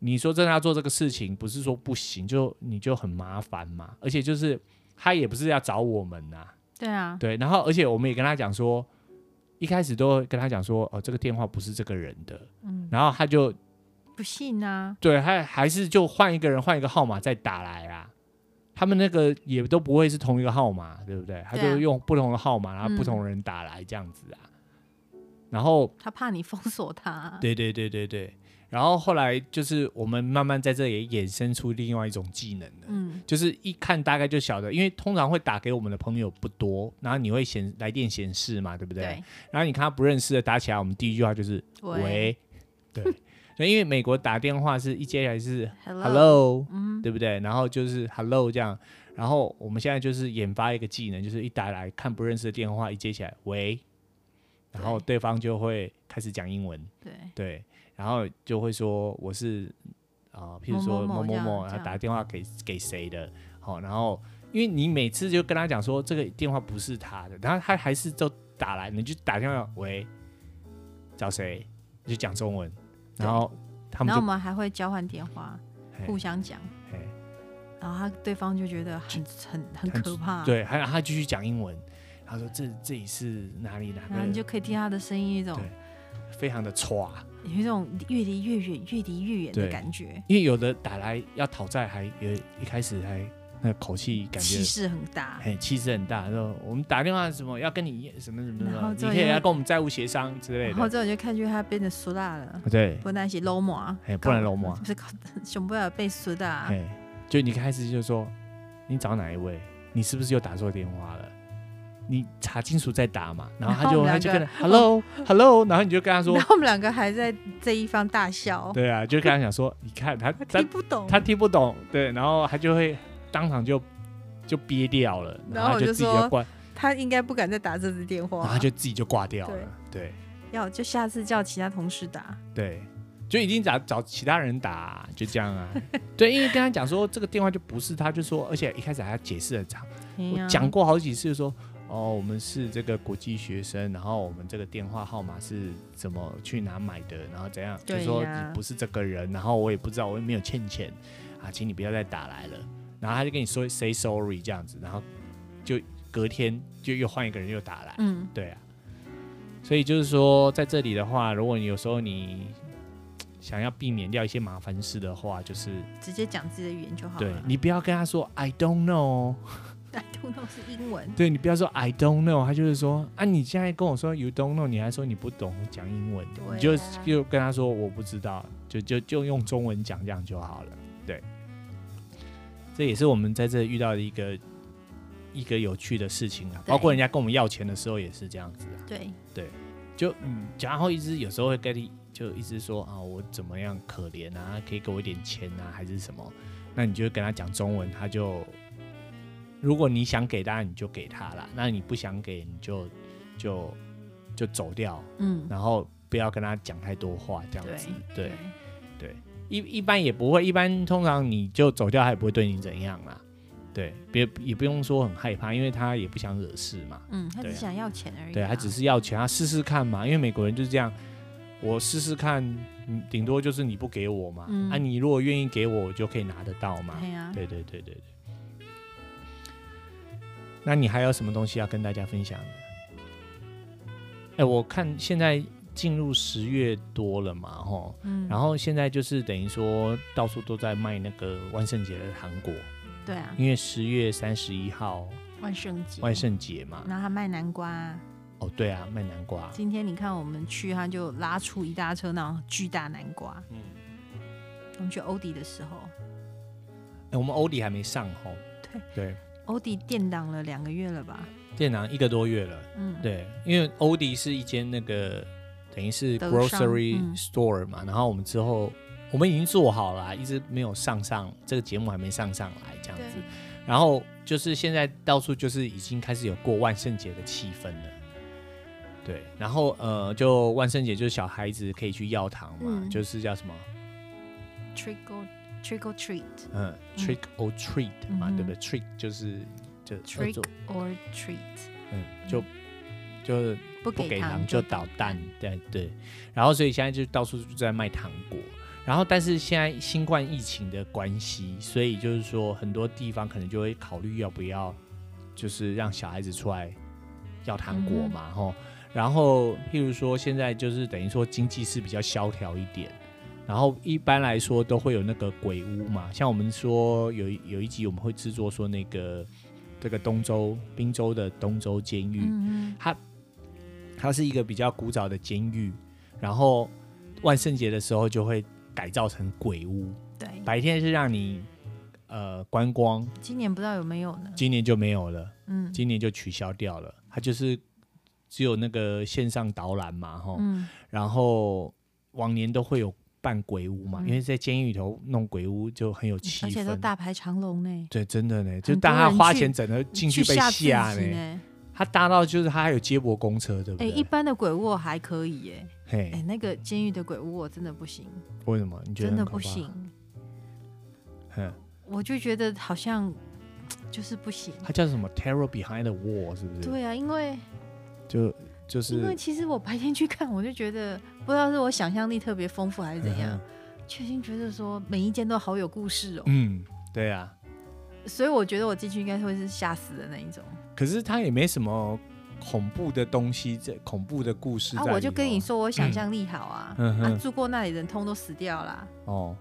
Speaker 1: 你说真的要做这个事情，不是说不行，就你就很麻烦嘛。而且就是他也不是要找我们呐、
Speaker 2: 对啊，
Speaker 1: 对。然后而且我们也跟他讲说，一开始都会跟他讲说，哦，这个电话不是这个人的，
Speaker 2: 嗯，
Speaker 1: 然后他就
Speaker 2: 不信啊，
Speaker 1: 对，还还是就换一个人，换一个号码再打来啦。他们那个也都不会是同一个号码，对不对？他
Speaker 2: 对啊
Speaker 1: 就用不同的号码，然后不
Speaker 2: 嗯
Speaker 1: 同人打来这样子啊。然后，
Speaker 2: 他怕你封锁他啊，
Speaker 1: 对对对对对，然后后来就是我们慢慢在这里衍生出另外一种技能了。
Speaker 2: 嗯，
Speaker 1: 就是一看大概就晓得，因为通常会打给我们的朋友不多，然后你会显来电显示嘛，对不
Speaker 2: 对，
Speaker 1: 然后你看他不认识的打起来，我们第一句话就是
Speaker 2: 喂
Speaker 1: 喂，对，所以因为美国打电话是一接起来是
Speaker 2: Hello 嗯
Speaker 1: hello，对不对？然后就是 hello 这样，然后我们现在就是研发一个技能，就是一打来看不认识的电话，一接起来喂，然后对方就会开始讲英文，
Speaker 2: 对，
Speaker 1: 对，然后就会说我是啊、譬如说某
Speaker 2: 某某某这
Speaker 1: 某
Speaker 2: 样
Speaker 1: 某，
Speaker 2: 这
Speaker 1: 然后
Speaker 2: 样哦
Speaker 1: 打电话给给谁的，好、然后因为你每次就跟他讲说这个电话不是他的，然后他还是都打来，你就打电话喂，找谁，你就讲中文，然后他们
Speaker 2: 然后我
Speaker 1: 就
Speaker 2: 们还会交换电话，
Speaker 1: 嘿
Speaker 2: 互相讲，
Speaker 1: 嘿
Speaker 2: 然后他对方就觉得很很很
Speaker 1: 很
Speaker 2: 可怕，，
Speaker 1: 对，还他继续讲英文，他说这这里是哪里哪
Speaker 2: 然后你就
Speaker 1: 个，
Speaker 2: 可以听他的声音，一种
Speaker 1: 对非常的歘，
Speaker 2: 有一种越离越远，越离越远的
Speaker 1: 对
Speaker 2: 感觉，
Speaker 1: 因为有的打来要讨债，还有一开始还那个口气感觉
Speaker 2: 气势很大，
Speaker 1: 很气势很大，说我们打电话什么要跟你一什么什么什
Speaker 2: 然后
Speaker 1: 么，
Speaker 2: 最
Speaker 1: 你可以
Speaker 2: 后
Speaker 1: 来跟我们债务协商之类
Speaker 2: 然后
Speaker 1: 的。
Speaker 2: 之后你就看见他变得苏大 了，
Speaker 1: 对，
Speaker 2: 不然是老麻，
Speaker 1: 哎，不然老毛，
Speaker 2: 不是啊搞 熊不了被啊苏大，
Speaker 1: 哎，就你开始就说你找哪一位，你是不是又打错电话了？你查清楚再打嘛。然后他
Speaker 2: 然后
Speaker 1: 就
Speaker 2: 我们
Speaker 1: 他就
Speaker 2: 两
Speaker 1: 跟
Speaker 2: 个
Speaker 1: 他 hello hello，然后你就跟他说
Speaker 2: 然，后我们两个还在这一方大笑，
Speaker 1: 对啊，就跟他讲说，你看他
Speaker 2: 他
Speaker 1: 他
Speaker 2: 听不懂，
Speaker 1: 他听不懂，对，然后他就会当场就就憋掉了，
Speaker 2: 然
Speaker 1: 然
Speaker 2: 后
Speaker 1: 后他
Speaker 2: 我
Speaker 1: 就
Speaker 2: 就
Speaker 1: 自己就
Speaker 2: 说
Speaker 1: 挂，
Speaker 2: 他应该不敢再打这支电
Speaker 1: 然后
Speaker 2: 话
Speaker 1: 他，就自己就挂掉了，对。
Speaker 2: 要就下次叫其他同事打，
Speaker 1: 对，就已经找找其他人打、就这样啊。对，因为跟他讲说这个电话就不是他，就说，而且一开始还要解释很长，
Speaker 2: 哎呀
Speaker 1: 我讲过好几次说，哦，我们是这个国际学生，然后我们这个电话号码是怎么去哪买的，然后怎样，就
Speaker 2: 对
Speaker 1: 说
Speaker 2: 呀
Speaker 1: 你不是这个人，然后我也不知道，我也没有欠钱啊啊，请你不要再打来了。然后他就跟你说 say sorry 这样子，然后就隔天就又换一个人又打来，
Speaker 2: 嗯，
Speaker 1: 对啊。所以就是说，在这里的话，如果你有时候你想要避免掉一些麻烦事的话，就是
Speaker 2: 直接讲自己的语言就好了。啊
Speaker 1: 对你不要跟他说 I don't know 哦。
Speaker 2: I don't know 是英文，
Speaker 1: 对你不要说 I don't know，他就是说啊，你现在跟我说 you don't know，你还说你不懂讲英文，
Speaker 2: 对啊
Speaker 1: 你就就跟他说我不知道，就就就用中文讲这样就好了。对，这也是我们在这遇到的一个一个有趣的事情啊，
Speaker 2: 对
Speaker 1: 包括人家跟我们要钱的时候也是这样子啊，
Speaker 2: 对，
Speaker 1: 就嗯，然后一直有时候会跟你就一直说啊，我怎么样可怜啊，可以给我一点钱啊，还是什么？那你就跟他讲中文，他就如果你想给他，你就给他啦；那你不想给，你就就就走掉，
Speaker 2: 嗯，
Speaker 1: 然后不要跟他讲太多话，这样
Speaker 2: 对
Speaker 1: 子。对，一一般也不会，一般通常你就走掉，他也不会对你怎样啦。对，别也不用说很害怕，因为他也不想惹事嘛。
Speaker 2: 嗯，他
Speaker 1: 对
Speaker 2: 只
Speaker 1: 啊
Speaker 2: 想要钱而已啊。
Speaker 1: 对他只是要钱，他试试看嘛，因为美国人就是这样，我试试看，嗯顶多就是你不给我嘛，
Speaker 2: 嗯
Speaker 1: 啊，你如果愿意给我，我就可以拿得到嘛。
Speaker 2: 对啊呀，
Speaker 1: 对对对对对。那你还有什么东西要跟大家分享的？哎，我看现在进入十月多了嘛，吼，
Speaker 2: 嗯，
Speaker 1: 然后现在就是等于说到处都在卖那个万圣节的糖果，
Speaker 2: 对啊，
Speaker 1: 因为十月三十一号
Speaker 2: 万圣节，
Speaker 1: 万，圣节嘛，
Speaker 2: 然后他卖南瓜啊。
Speaker 1: 哦，对啊，卖南瓜，
Speaker 2: 今天你看我们去，他就拉出一大车那种巨大南瓜。
Speaker 1: 嗯。
Speaker 2: 我们去欧迪的时候，
Speaker 1: 欸我们欧迪还没上吼，
Speaker 2: 对
Speaker 1: 对，
Speaker 2: 欧迪垫档了两个月了吧？
Speaker 1: 店长一个多月了，
Speaker 2: 嗯，
Speaker 1: 对，因为欧迪是一间那个等于是
Speaker 2: 德商
Speaker 1: grocery
Speaker 2: 嗯
Speaker 1: store 嘛，然后我们之后我们已经做好了，啊一直没有上上这个节目还没上上来这样子，然后就是现在到处就是已经开始有过万圣节的气氛了。对，然后呃，就万圣节就是小孩子可以去要糖嘛，
Speaker 2: 嗯
Speaker 1: 就是叫什么，
Speaker 2: ，trick or trick or treat
Speaker 1: 嗯，trick or treat 嘛，
Speaker 2: 嗯哼
Speaker 1: 对不对？trick 就是就
Speaker 2: trick or treat，
Speaker 1: 嗯，就就
Speaker 2: 不
Speaker 1: 不
Speaker 2: 给
Speaker 1: 给
Speaker 2: 糖
Speaker 1: 糖就捣蛋，对对。然后所以现在就到处就在卖糖果，然后但是现在新冠疫情的关系，所以就是说很多地方可能就会考虑要不要，就是让小孩子出来要糖
Speaker 2: 嗯
Speaker 1: 果嘛，吼、然后譬如说现在就是等于说经济是比较萧条一点。然后一般来说都会有那个鬼屋嘛，像我们说有一有一集我们会制作说那个这个东州滨州的东州监狱，
Speaker 2: 嗯
Speaker 1: 它是一个比较古早的监狱，然后万圣节的时候就会改造成鬼屋，
Speaker 2: 哼，对，
Speaker 1: 白天是让你呃观光，
Speaker 2: 今年不知道有没有呢？
Speaker 1: 今年就没有了，
Speaker 2: 嗯
Speaker 1: 今年就取消掉了，它就是只有那个线上导览嘛，吼，
Speaker 2: 嗯，
Speaker 1: 然后往年都会有办鬼屋嘛，
Speaker 2: 嗯
Speaker 1: 因为在监狱里头弄鬼屋就很有气
Speaker 2: 而且都
Speaker 1: 氛。
Speaker 2: 大排长龙呢，
Speaker 1: 对，真的呢，就
Speaker 2: 很多
Speaker 1: 大家花
Speaker 2: 人去
Speaker 1: 钱整个进去被
Speaker 2: 吓自己
Speaker 1: 吓呢。
Speaker 2: 呢。
Speaker 1: 他搭到就是他还有接驳公车，对不对？
Speaker 2: 哎，一般的鬼屋我还可以耶，
Speaker 1: 嘿
Speaker 2: 哎，那个监狱的鬼屋我真的不行，
Speaker 1: 为什么你觉得
Speaker 2: 真的
Speaker 1: 很可
Speaker 2: 不
Speaker 1: 怕？
Speaker 2: 行，
Speaker 1: 嗯，
Speaker 2: 我就觉得好像就是不行。
Speaker 1: 它叫什么 Terror Behind the Wall 是不是？，
Speaker 2: 对啊，因为
Speaker 1: 就就
Speaker 2: 因为
Speaker 1: 是
Speaker 2: 其实我白天去看，我就觉得不知道是我想象力特别丰富还是怎样，确信觉得说每一间都好有故事哦，
Speaker 1: 嗯嗯，对啊。
Speaker 2: 所以我觉得我进去应该会是吓死的那一种。
Speaker 1: 可是它也没什么恐怖的东西，这恐怖的故事在、
Speaker 2: 啊，我就跟你，说我想象力好啊，
Speaker 1: 嗯
Speaker 2: 啊
Speaker 1: 哼
Speaker 2: 住过那里的人通都死掉啦，
Speaker 1: 哦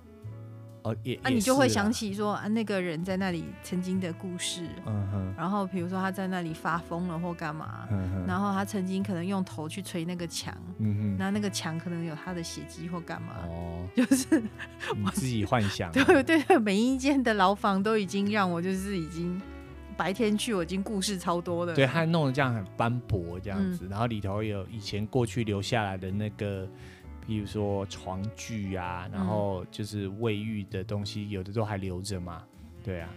Speaker 1: 哦也，
Speaker 2: 啊
Speaker 1: 也
Speaker 2: 你就会
Speaker 1: 是啦
Speaker 2: 想，起说啊那个人在那里曾经的故事，
Speaker 1: 嗯哼，
Speaker 2: 然后比如说他在那里发疯了或干嘛，
Speaker 1: 嗯哼，
Speaker 2: 然后他曾经可能用头去捶那个墙，
Speaker 1: 嗯哼，
Speaker 2: 那那个墙可能有他的血迹或干嘛，
Speaker 1: 哦，
Speaker 2: 就是
Speaker 1: 你自己幻想啊，
Speaker 2: 对对对，每一间的牢房都已经让我就是已经白天去，我已经故事超多的。
Speaker 1: 对，啊他弄得这样很斑驳这样
Speaker 2: 嗯
Speaker 1: 子，然后里头有以前过去留下来的那个，比如说床具啊，然
Speaker 2: 嗯
Speaker 1: 后就是卫浴的东西，有的都还留着嘛，对啊，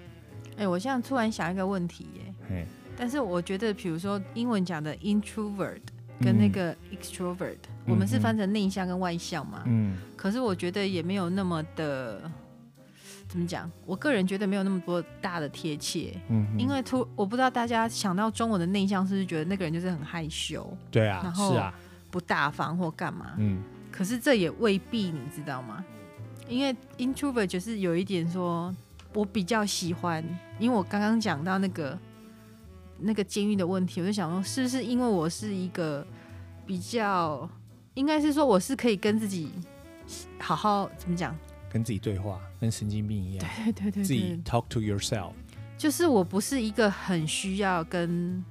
Speaker 2: 哎、我现在突然想一个问题耶，
Speaker 1: 嘿，
Speaker 2: 但是我觉得，比如说英文讲的 introvert 跟那
Speaker 1: 嗯
Speaker 2: 个 extrovert，、我们
Speaker 1: 嗯
Speaker 2: 是
Speaker 1: 嗯
Speaker 2: 翻成内向跟外向嘛，
Speaker 1: 嗯
Speaker 2: 可是我觉得也没有那么的。怎么讲？我个人觉得没有那么多大的贴切，
Speaker 1: 嗯哼，
Speaker 2: 因为突我不知道大家想到中文的内向，是不是觉得那个人就是很害羞、
Speaker 1: 对啊，
Speaker 2: 然
Speaker 1: 是
Speaker 2: 后
Speaker 1: 啊，
Speaker 2: 不大方或干嘛？
Speaker 1: 嗯
Speaker 2: 可是这也未必，你知道吗？因为 introvert 就是有一点说，我比较喜欢，因为我刚刚讲到那个那个监狱的问题，我就想说，是不是因为我是一个比较，应该是说我是可以跟自己好好怎么讲？
Speaker 1: 跟自己对话，跟神经病一样，
Speaker 2: 对对对
Speaker 1: 自己 talk to yourself。
Speaker 2: 就是我不是一个很需要跟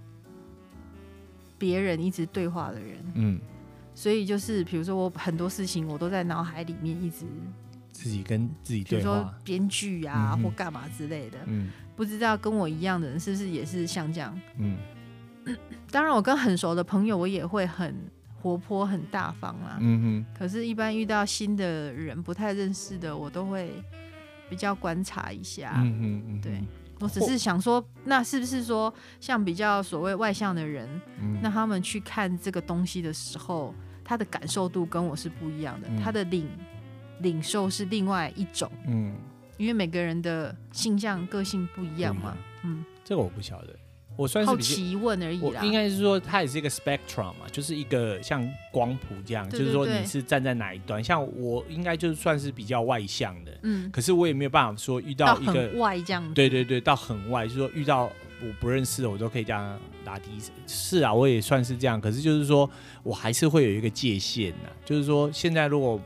Speaker 2: 别人一直对话的人，
Speaker 1: 嗯，
Speaker 2: 所以就是比如说我很多事情我都在脑海里面一直，
Speaker 1: 自己跟自己
Speaker 2: 比如
Speaker 1: 对
Speaker 2: 说
Speaker 1: 话。
Speaker 2: 编剧啊、
Speaker 1: 嗯哼
Speaker 2: 或干嘛之类的，
Speaker 1: 嗯
Speaker 2: 不知道跟我一样的人是不是也是像这样？
Speaker 1: 嗯
Speaker 2: 当然，我跟很熟的朋友我也会很活泼、很大方啦、
Speaker 1: 嗯
Speaker 2: 可是，一般遇到新的人不太认识的，我都会比较观察一下。
Speaker 1: 哼嗯哼嗯哼，
Speaker 2: 啊对我只是想说，那是不是说，像比较所谓外向的人，
Speaker 1: 嗯，
Speaker 2: 那他们去看这个东西的时候，他的感受度跟我是不一样的，
Speaker 1: 嗯
Speaker 2: 他的领领受是另外一种，
Speaker 1: 嗯，
Speaker 2: 因为每个人的性向、个性不一样嘛。嗯，
Speaker 1: 这个我不晓得，我算是
Speaker 2: 好
Speaker 1: 比较。
Speaker 2: 奇问而已
Speaker 1: 我
Speaker 2: 啦。
Speaker 1: 应该是说，它也是一个 spectrum 嘛，就是一个像光谱这样，
Speaker 2: 对
Speaker 1: 就是说
Speaker 2: 对对
Speaker 1: 你是站在哪一端。像我应该就算是比较外向的，
Speaker 2: 嗯，
Speaker 1: 可是我也没有办法说遇
Speaker 2: 到
Speaker 1: 到一个
Speaker 2: 很外这样子。
Speaker 1: 对对对，到很外，就是说遇到我不认识的，我都可以这样打的士。是啊，我也算是这样，可是就是说我还是会有一个界限呐、就是说现在如果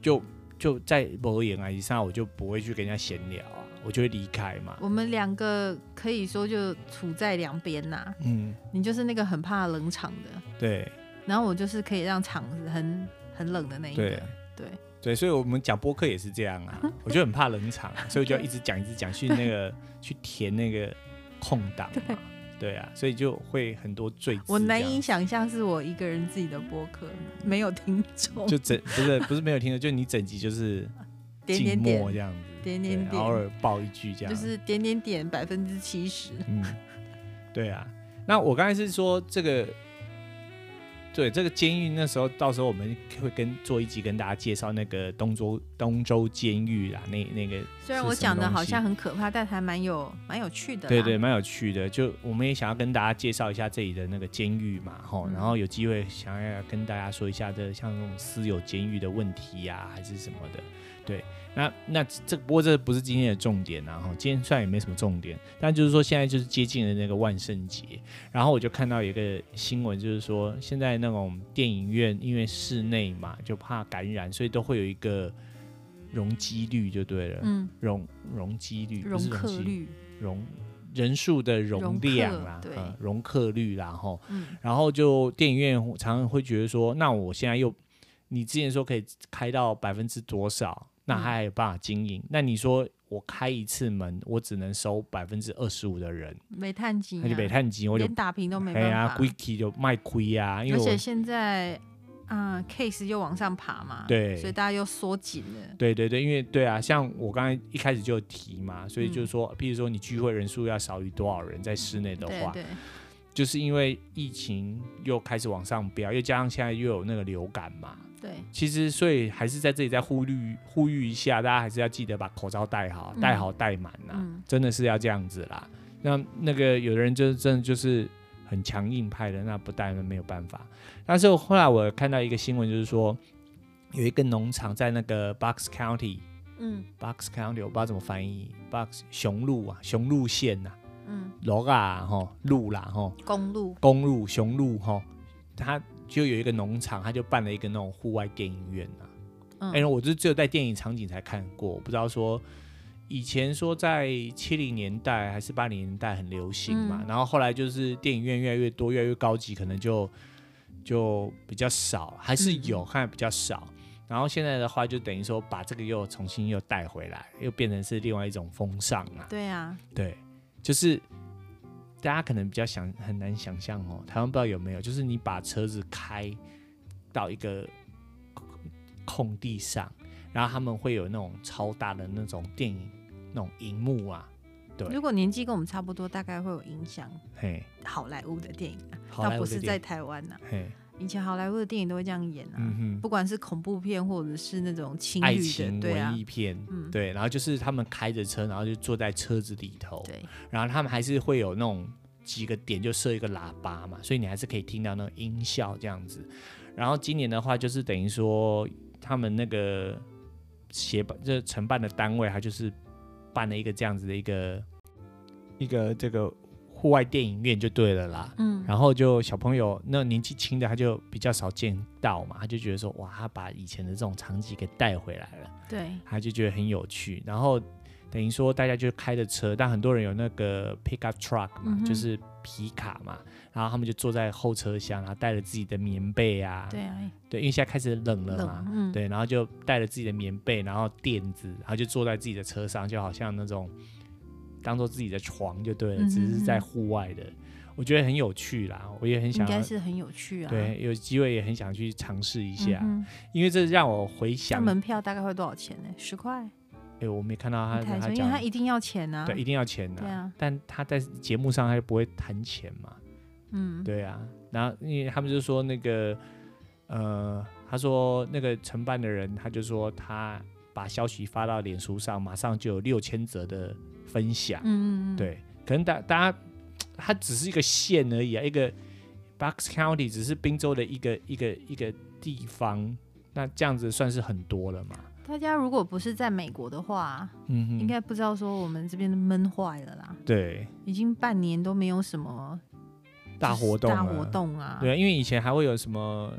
Speaker 1: 就就在某个眼啊以上，我就不会去跟人家闲聊啊，我就会离开嘛。
Speaker 2: 我们两个可以说就处在两边呐、
Speaker 1: 嗯，
Speaker 2: 你就是那个很怕冷场的，
Speaker 1: 对
Speaker 2: 然后我就是可以让场子很很冷的那一个。
Speaker 1: 对
Speaker 2: 对
Speaker 1: 对，所以我们讲播客也是这样
Speaker 2: 嗯
Speaker 1: 啊，我就很怕冷场，啊所以我就要一直讲一直讲去那个去填那个空档嘛。对啊，所以就会很多罪字这样。
Speaker 2: 我难以想象是我一个人自己的播客，没有听众，
Speaker 1: 就整不是不是没有听的，就你整集就是
Speaker 2: 点
Speaker 1: 静
Speaker 2: 点
Speaker 1: 默这
Speaker 2: 点，
Speaker 1: 样子，
Speaker 2: 点点
Speaker 1: 对
Speaker 2: 点
Speaker 1: 偶尔爆一句这样，
Speaker 2: 就是点点点百分之七十。
Speaker 1: 嗯，对啊。那我刚才是说这个，对这个监狱那时候，到时候我们会跟做一集跟大家介绍那个东州东州监狱啦，那那个
Speaker 2: 虽然我
Speaker 1: 是什么
Speaker 2: 讲的好像
Speaker 1: 东
Speaker 2: 很可怕，但还蛮有蛮有趣的啦。
Speaker 1: 对对，蛮有趣的。就我们也想要跟大家介绍一下这里的那个监狱嘛，吼，
Speaker 2: 嗯
Speaker 1: 然后有机会想要跟大家说一下这像那种私有监狱的问题呀、还是什么的。对，那那这不过这不是今天的重点啊，吼，今天虽然也没什么重点，但就是说现在就是接近了那个万圣节，然后我就看到有一个新闻，就是说现在那种电影院因为室内嘛，就怕感染，所以都会有一个容积率就对了，
Speaker 2: 嗯，
Speaker 1: 容容积率不
Speaker 2: 容
Speaker 1: 是容
Speaker 2: 克
Speaker 1: 积率。
Speaker 2: 率，
Speaker 1: 容人数的容量啦
Speaker 2: 容客，对
Speaker 1: 呃容客率啦，吼，
Speaker 2: 嗯，
Speaker 1: 然后就电影院常常会觉得说，那我现在又，你之前说可以开到百分之多少，那
Speaker 2: 嗯
Speaker 1: 还有办法经营，那你说我开一次门，我只能收百分之二十五的人，
Speaker 2: 煤炭机、啊，
Speaker 1: 那就没探及，我就
Speaker 2: 连打平都没
Speaker 1: 哎
Speaker 2: 办
Speaker 1: 呀
Speaker 2: 法。
Speaker 1: ，Quicky 就卖亏呀，因为
Speaker 2: 而
Speaker 1: 我
Speaker 2: 且现在，嗯、c a s e 又往上爬嘛，
Speaker 1: 对
Speaker 2: 所以大家又缩紧了。
Speaker 1: 对对对，因为对啊，像我刚才一开始就有提嘛，所以
Speaker 2: 嗯
Speaker 1: 就是说，譬如说你聚会人数要少于多少人在室内的
Speaker 2: 对
Speaker 1: 话，
Speaker 2: 对，
Speaker 1: 就是因为疫情又开始往上飙，又加上现在又有那个流感嘛，
Speaker 2: 对，
Speaker 1: 其实所以还是在这里再呼吁呼吁一下，大家还是要记得把口罩戴好，
Speaker 2: 嗯
Speaker 1: 戴好戴满呐、
Speaker 2: 嗯
Speaker 1: 真的是要这样子啦。那那个有的人就真的就是很强硬派的，那不戴那没有办法。但是后来我看到一个新闻，就是说有一个农场在那个 Bucks County。
Speaker 2: 嗯
Speaker 1: Bucks County 我不知道怎么翻译，Bucks 雄鹿啊，雄鹿县呐、啊，
Speaker 2: 嗯，
Speaker 1: 罗啊吼，鹿啦吼，
Speaker 2: 公路，
Speaker 1: 公路雄鹿哈，它就有一个农场，它就办了一个那种户外电影院啊。
Speaker 2: 嗯，
Speaker 1: 哎、我就只有在电影场景才看过，我不知道说以前说在七零年代还是八零年代很流行嘛，
Speaker 2: 嗯
Speaker 1: 然后后来就是电影院越来越多，越来越高级，可能就就比较少，还是
Speaker 2: 嗯
Speaker 1: 有，看比较少。然后现在的话，就等于说把这个又重新又带回来，又变成是另外一种风尚啊。
Speaker 2: 对啊，
Speaker 1: 对，就是大家可能比较想很难想象哦，台湾不知道有没有，就是你把车子开到一个空空地上，然后他们会有那种超大的那种电影那种荧幕啊，对
Speaker 2: 如果年纪跟我们差不多，大概会有影响
Speaker 1: 嘿，
Speaker 2: 好莱坞的电影啊，
Speaker 1: 好
Speaker 2: 倒
Speaker 1: 莱坞
Speaker 2: 不
Speaker 1: 的
Speaker 2: 是在
Speaker 1: 电
Speaker 2: 台湾呐、
Speaker 1: 影嘿，
Speaker 2: 以前好莱坞的电影都会这样演啊，
Speaker 1: 嗯
Speaker 2: 不管是恐怖片或者是那种情
Speaker 1: 哼，爱
Speaker 2: 侣的，
Speaker 1: 情
Speaker 2: 对啊
Speaker 1: 文艺，片。
Speaker 2: 嗯，
Speaker 1: 对，然后就是他们开着车，然后就坐在车子里头，
Speaker 2: 对，
Speaker 1: 然后他们还是会有那种几个点就设一个喇叭嘛，所以你还是可以听到那个音效这样子。然后今年的话，就是等于说他们那个协办这承办的单位，他就是办了一个这样子的一个一个这个户户外电影院就对了啦。
Speaker 2: 嗯，
Speaker 1: 然后就小朋友那年纪轻的，他就比较少见到嘛，他就觉得说，哇，他把以前的这种场景给带回来了，
Speaker 2: 对，
Speaker 1: 他就觉得很有趣。然后等于说大家就开着车，但很多人有那个 pickup truck 嘛
Speaker 2: 嗯，哼
Speaker 1: 就是皮卡嘛，然后他们就坐在后车厢，然后带了自己的棉被啊，
Speaker 2: 对啊，
Speaker 1: 对，因为现在开始冷了嘛
Speaker 2: 冷，，嗯，
Speaker 1: 对，然后就带了自己的棉被，然后垫子，然后就坐在自己的车上，就好像那种当做自己的床就对了，
Speaker 2: 嗯
Speaker 1: 只是在
Speaker 2: 嗯嗯
Speaker 1: 户外的，我觉得很有趣啦，我也很
Speaker 2: 应
Speaker 1: 想要
Speaker 2: 该，是很有趣啊。
Speaker 1: 对，有机会也很想去尝试一
Speaker 2: 嗯
Speaker 1: 下，
Speaker 2: 哼，
Speaker 1: 因为这让我回
Speaker 2: 那
Speaker 1: 想，
Speaker 2: 门票大概会多少钱呢？十块
Speaker 1: 哎，我没看到他
Speaker 2: 台
Speaker 1: 他
Speaker 2: 中，因为他
Speaker 1: 讲，
Speaker 2: 一定要钱啊。
Speaker 1: 对，一定要钱的、
Speaker 2: 对啊
Speaker 1: 但他在节目上他就不会谈钱嘛，
Speaker 2: 嗯，
Speaker 1: 对啊，然后因为他们就说那个，呃，他说那个承办的人，他就说他把消息发到脸书上，马上就有六千则的分享。
Speaker 2: 嗯，嗯嗯，
Speaker 1: 对，可能大大家，它只是一个县而已啊，一个 Bucks County 只是滨州的一个一个一个地方，那这样子算是很多了嘛？
Speaker 2: 大家如果不是在美国的话，
Speaker 1: 嗯哼，
Speaker 2: 应该不知道说我们这边闷坏了啦，
Speaker 1: 对
Speaker 2: 已经半年都没有什么
Speaker 1: 大活动，
Speaker 2: 大活。动啊。
Speaker 1: 对啊，因为以前还会有什么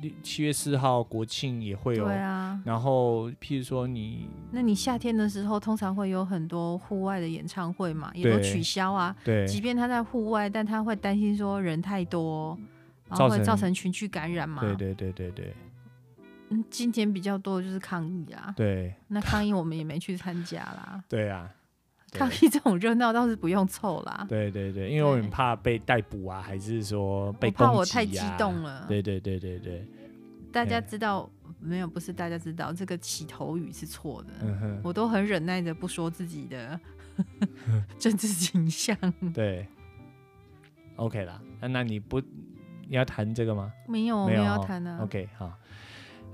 Speaker 1: 六七月四号国庆也会有
Speaker 2: 对啊，
Speaker 1: 然后，譬如说你
Speaker 2: 那你夏天的时候通常会有很多户外的演唱会嘛，也都
Speaker 1: 对
Speaker 2: 取消啊。
Speaker 1: 对
Speaker 2: 即便他在户外，但他会担心说人太多，然
Speaker 1: 造
Speaker 2: 后会
Speaker 1: 成
Speaker 2: 造成群聚感染嘛。
Speaker 1: 对对对对对
Speaker 2: 嗯，今天比较多的就是抗议啊，
Speaker 1: 对
Speaker 2: 那抗议我们也没去参加啦。
Speaker 1: 对啊！对
Speaker 2: 抗议这种热闹倒是不用凑啦，
Speaker 1: 对对对，因为我很
Speaker 2: 对
Speaker 1: 怕被逮捕啊，还是说被攻
Speaker 2: 我
Speaker 1: 击、啊、
Speaker 2: 怕我太激动了。
Speaker 1: 对对对对对，
Speaker 2: 大家
Speaker 1: 对
Speaker 2: 知道没有？不是大家知道这个起头语是错的，
Speaker 1: 嗯哼，
Speaker 2: 我都很忍耐着不说自己的 政治 倾向。
Speaker 1: 对，OK 啦。那那你不你要谈这个吗？
Speaker 2: 没有，
Speaker 1: 没
Speaker 2: 没
Speaker 1: 有
Speaker 2: 有
Speaker 1: 哦
Speaker 2: 要谈啊。
Speaker 1: OK，好。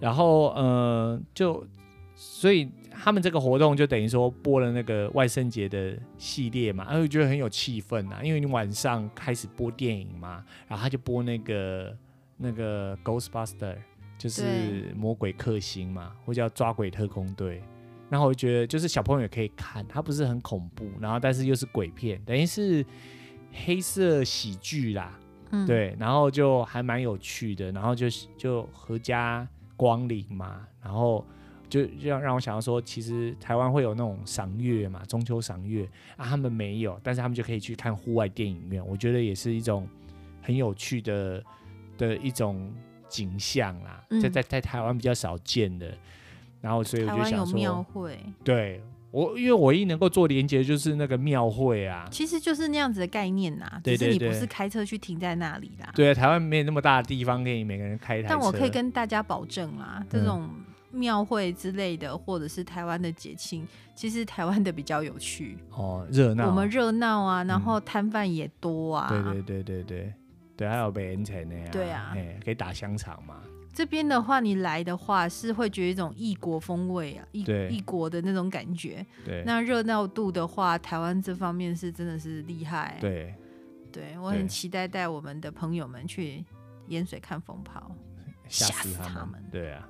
Speaker 1: 然后呃，就所以他们这个活动就等于说播了那个万圣节的系列嘛，然后我觉得很有气氛啊，因为你晚上开始播电影嘛，然后他就播那个那个 Ghostbuster，就是
Speaker 2: 对
Speaker 1: 魔鬼克星嘛，或叫抓鬼特工队。然后我就觉得，就是小朋友也可以看，它不是很恐怖，然后但是又是鬼片，等于是黑色喜剧啦，
Speaker 2: 嗯，
Speaker 1: 对，然后呃就还蛮有趣的，然后就是就合家光临嘛，然后就让让我想到说，其实台湾会有那种赏月嘛，中秋赏月啊，他们没有，但是他们就可以去看户外电影院，我觉得也是一种很有趣的的一种景象啦，在
Speaker 2: 嗯
Speaker 1: 在在台湾比较少见的，然后所以我
Speaker 2: 台
Speaker 1: 就
Speaker 2: 湾有
Speaker 1: 想
Speaker 2: 庙
Speaker 1: 说，
Speaker 2: 会，
Speaker 1: 对我因为我唯一能够做连接就是那个庙会啊，
Speaker 2: 其实就是那样子的概念呐，
Speaker 1: 对
Speaker 2: 只是你
Speaker 1: 对
Speaker 2: 不
Speaker 1: 对
Speaker 2: 是开车去停在那里啦。
Speaker 1: 对啊，台湾没有那么大的地方给你每个人开一台车，嗯
Speaker 2: 但我可以跟大家保证啦，这种庙会之类的，或者是台湾的节庆，其实台湾的比较有趣，
Speaker 1: 哦，热闹。嗯
Speaker 2: 我们热闹啊，然后摊贩也多啊。
Speaker 1: 对对对对对对，还有北盐城的呀，
Speaker 2: 对啊
Speaker 1: 嘿可以打香肠嘛，
Speaker 2: 这边的话，你来的话是会觉得一种异国风味啊，异
Speaker 1: 对
Speaker 2: 异国的那种感觉。
Speaker 1: 对，
Speaker 2: 那热闹度的话，台湾这方面是真的是厉害。
Speaker 1: 对，
Speaker 2: 对，我
Speaker 1: 对
Speaker 2: 很期待带我们的朋友们去盐水看风炮。
Speaker 1: 吓
Speaker 2: 吓
Speaker 1: 死
Speaker 2: 死
Speaker 1: 他
Speaker 2: 他们
Speaker 1: 对啊，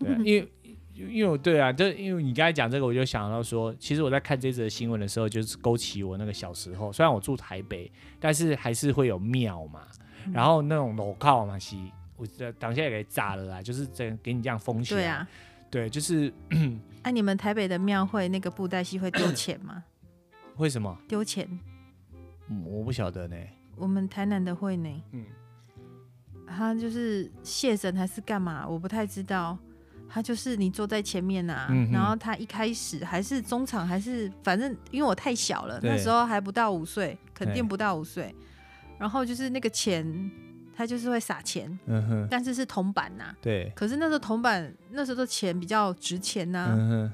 Speaker 1: 对啊，因为。 因为我对啊，这因为你刚才讲这个，我就想到说，其实我在看这则新闻的时候，就是勾起我那个小时候。虽然我住台北，但是还是会有庙嘛，
Speaker 2: 嗯
Speaker 1: 然后那种楼靠嘛，是我这当下也给炸了啦，就是这给你这样封起来。
Speaker 2: 对啊，
Speaker 1: 对，就是
Speaker 2: 哎、你们台北的庙会那个布袋戏会丢钱吗？
Speaker 1: 为什么？
Speaker 2: 丢钱。
Speaker 1: 嗯我不晓得呢。
Speaker 2: 我们台南的会呢，
Speaker 1: 嗯，
Speaker 2: 他就是谢神还是干嘛，我不太知道。他就是你坐在前面啊，
Speaker 1: 嗯哼
Speaker 2: 然后他一开始还是中场还是反正因为我太小了，
Speaker 1: 对
Speaker 2: 那时候还不到五岁，肯
Speaker 1: 对
Speaker 2: 定不到五岁。然后就是那个钱，他就是会撒钱，
Speaker 1: 嗯哼，
Speaker 2: 但是是铜板呐、
Speaker 1: 对，
Speaker 2: 可是那时候铜板那时候的钱比较值钱呐、
Speaker 1: 嗯哼，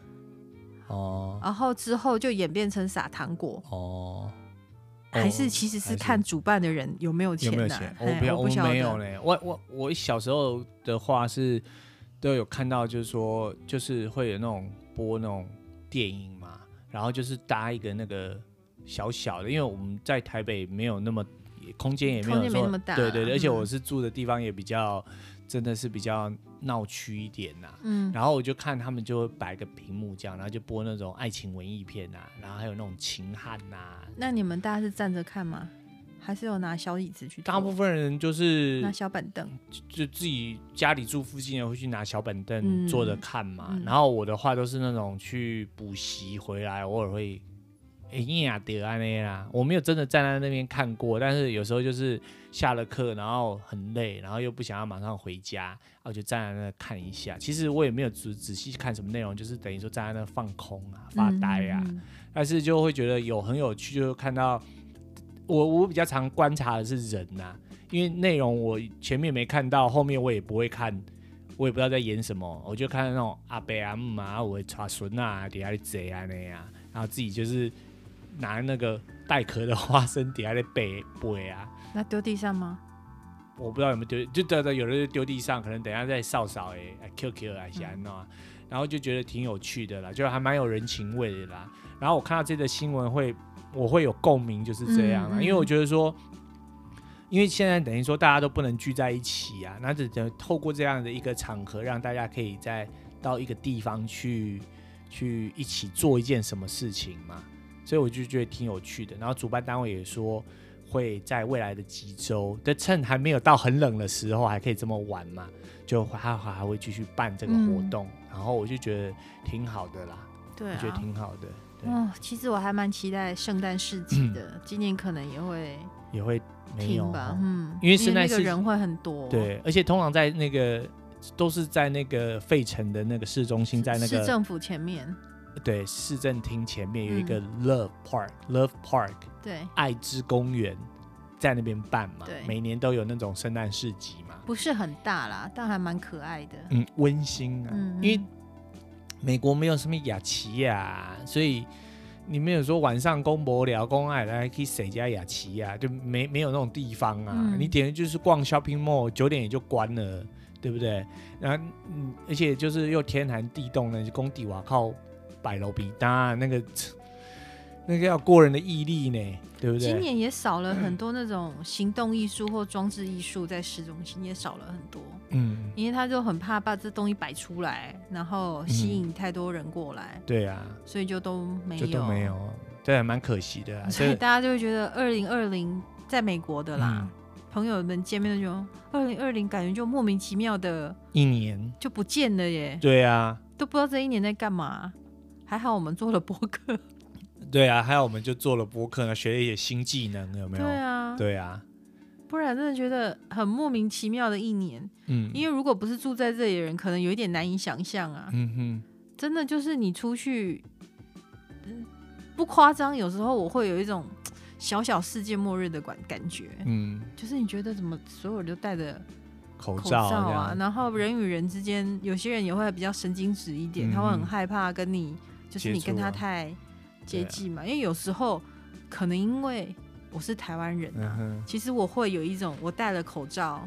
Speaker 1: 哦
Speaker 2: 然后之后就演变成撒糖果，
Speaker 1: 哦，
Speaker 2: 还是其实
Speaker 1: 还
Speaker 2: 是
Speaker 1: 是
Speaker 2: 看主办的人有没有钱
Speaker 1: 有没有
Speaker 2: 呐、
Speaker 1: 钱？
Speaker 2: 嘿
Speaker 1: 我不要，
Speaker 2: 我
Speaker 1: 我
Speaker 2: 晓得
Speaker 1: 没有嘞。我我我小时候的话是都有看到，就是说就是会有那种播那种电影嘛，然后就是搭一个那个小小的，因为我们在台北没有那么空间也没有
Speaker 2: 空间没
Speaker 1: 说
Speaker 2: 那么大
Speaker 1: 对对对，
Speaker 2: 嗯
Speaker 1: 而且我是住的地方也比较真的是比较闹区一点呐、
Speaker 2: 嗯，
Speaker 1: 然后我就看他们就会摆个屏幕这样，然后就播那种爱情文艺片啊，然后还有那种情汉呐、
Speaker 2: 那你们大家是站着看吗？还是有拿小椅子去坐，
Speaker 1: 大部分人就是
Speaker 2: 拿小板凳，
Speaker 1: 就自己家里住附近的会去拿小板凳
Speaker 2: 嗯
Speaker 1: 坐着看嘛。
Speaker 2: 嗯
Speaker 1: 然后我的话都是那种去补习回来，偶尔会哎呀得安那啦。我没有真的站在那边看过，但是有时候就是下了课，然后很累，然后又不想要马上回家，然后就站在那看一下。其实我也没有仔仔细看什么内容，就是等于说站在那放空啊、发呆啊。
Speaker 2: 嗯嗯嗯
Speaker 1: 但是就会觉得有很有趣，就看到我我比较常观察的是人呐、因为内容我前面没看到，后面我也不会看，我也不知道在演什么，我就看那种阿伯阿姆啊，我查孙啊，底下咧坐啊那样、然后自己就是拿那个带壳的花生底下咧背背啊，
Speaker 2: 那丢地上吗？
Speaker 1: 我不知道有没有丢，就对对，有的就丢地上，可能等一下再扫扫哎，QQ
Speaker 2: 嗯
Speaker 1: 啊，先弄啊，然后就觉得挺有趣的啦，就还蛮有人情味的啦。然后我看到这个新闻会，我会有共鸣，就是这样啦，
Speaker 2: 嗯嗯
Speaker 1: 因为我觉得说。因为现在等于说大家都不能聚在一起啊，那只能透过这样的一个场合，让大家可以在到一个地方去去一起做一件什么事情嘛，所以我就觉得挺有趣的。然后主办单位也说，会在未来的几周，但趁还没有到很冷的时候，还可以这么玩嘛，就还还还会继续办这个活动。然后我就觉得挺好的啦，
Speaker 2: 嗯对啊
Speaker 1: 我觉得挺好的，对，
Speaker 2: 哦，其实我还蛮期待圣诞市 集的，今年可能也会
Speaker 1: 也会没有
Speaker 2: 停吧
Speaker 1: 哦，
Speaker 2: 嗯，
Speaker 1: 因为圣诞
Speaker 2: 那
Speaker 1: 市
Speaker 2: 个人会很多，，
Speaker 1: 对，而且通常在那个都是在那个费城的那个市中心，在那
Speaker 2: 市
Speaker 1: 个
Speaker 2: 政府前面，
Speaker 1: 对市政厅前面有一个
Speaker 2: 嗯
Speaker 1: Love Park、Love Park
Speaker 2: 对，
Speaker 1: 爱之公园，在那边办嘛
Speaker 2: 对，
Speaker 1: 每年都有那种圣诞市集嘛，
Speaker 2: 不是很大啦，但还蛮可爱的，
Speaker 1: 嗯，温馨啊，
Speaker 2: 嗯，
Speaker 1: 因为美国没有什么雅琪亚、所以你没有说晚上公博聊公爱来去谁家雅琪亚、就没没有那种地方啊。
Speaker 2: 嗯
Speaker 1: 你点的就是逛 shopping mall，九点也就关了，对不对？然后嗯，而且就是又天寒地冻呢，工地瓦靠摆楼比搭那个。那个要过人的毅力呢，对不对？
Speaker 2: 今年也少了很多那种行动艺术或装置艺术，在市中心也少了很多，
Speaker 1: 嗯，
Speaker 2: 因为他就很怕把这东西摆出来，然后吸
Speaker 1: 嗯
Speaker 2: 引太多人过来，
Speaker 1: 对啊，
Speaker 2: 所以就都没
Speaker 1: 就
Speaker 2: 有，
Speaker 1: 都没 有，对，蛮可惜的啊。
Speaker 2: 所
Speaker 1: 所
Speaker 2: 以
Speaker 1: 以
Speaker 2: 大家就会觉得二零二零在美国的啦，
Speaker 1: 嗯
Speaker 2: 朋友们见面的时候，二零二零感觉就莫名其妙的
Speaker 1: 一年，
Speaker 2: 就不见了耶，
Speaker 1: 对啊，
Speaker 2: 都不知道这一年在干嘛。还好我们做了播客，
Speaker 1: 对啊，还有我们就做了播客呢，学了一些新技能， 有没有？
Speaker 2: 对啊，
Speaker 1: 对啊，
Speaker 2: 不然真的觉得很莫名其妙的一年。
Speaker 1: 嗯，
Speaker 2: 因为如果不是住在这里的人，可能有一点难以想象啊。
Speaker 1: 嗯
Speaker 2: 真的就是你出去，嗯不夸张，有时候我会有一种小小世界末日的感感觉，
Speaker 1: 哼，嗯，
Speaker 2: 就是你觉得怎么所有人都戴着
Speaker 1: 口
Speaker 2: 口
Speaker 1: 罩
Speaker 2: 罩
Speaker 1: 啊这
Speaker 2: 啊
Speaker 1: 样，，
Speaker 2: 然后人与人之间，有些人也会比较神经质一点，
Speaker 1: 嗯
Speaker 2: 他会很害怕跟你，就是你
Speaker 1: 接触啊啊
Speaker 2: 跟他太接近嘛，因为有时候可能因为我是台湾人
Speaker 1: 嗯
Speaker 2: 啊，
Speaker 1: 哼，
Speaker 2: 其实我会有一种我戴了口罩，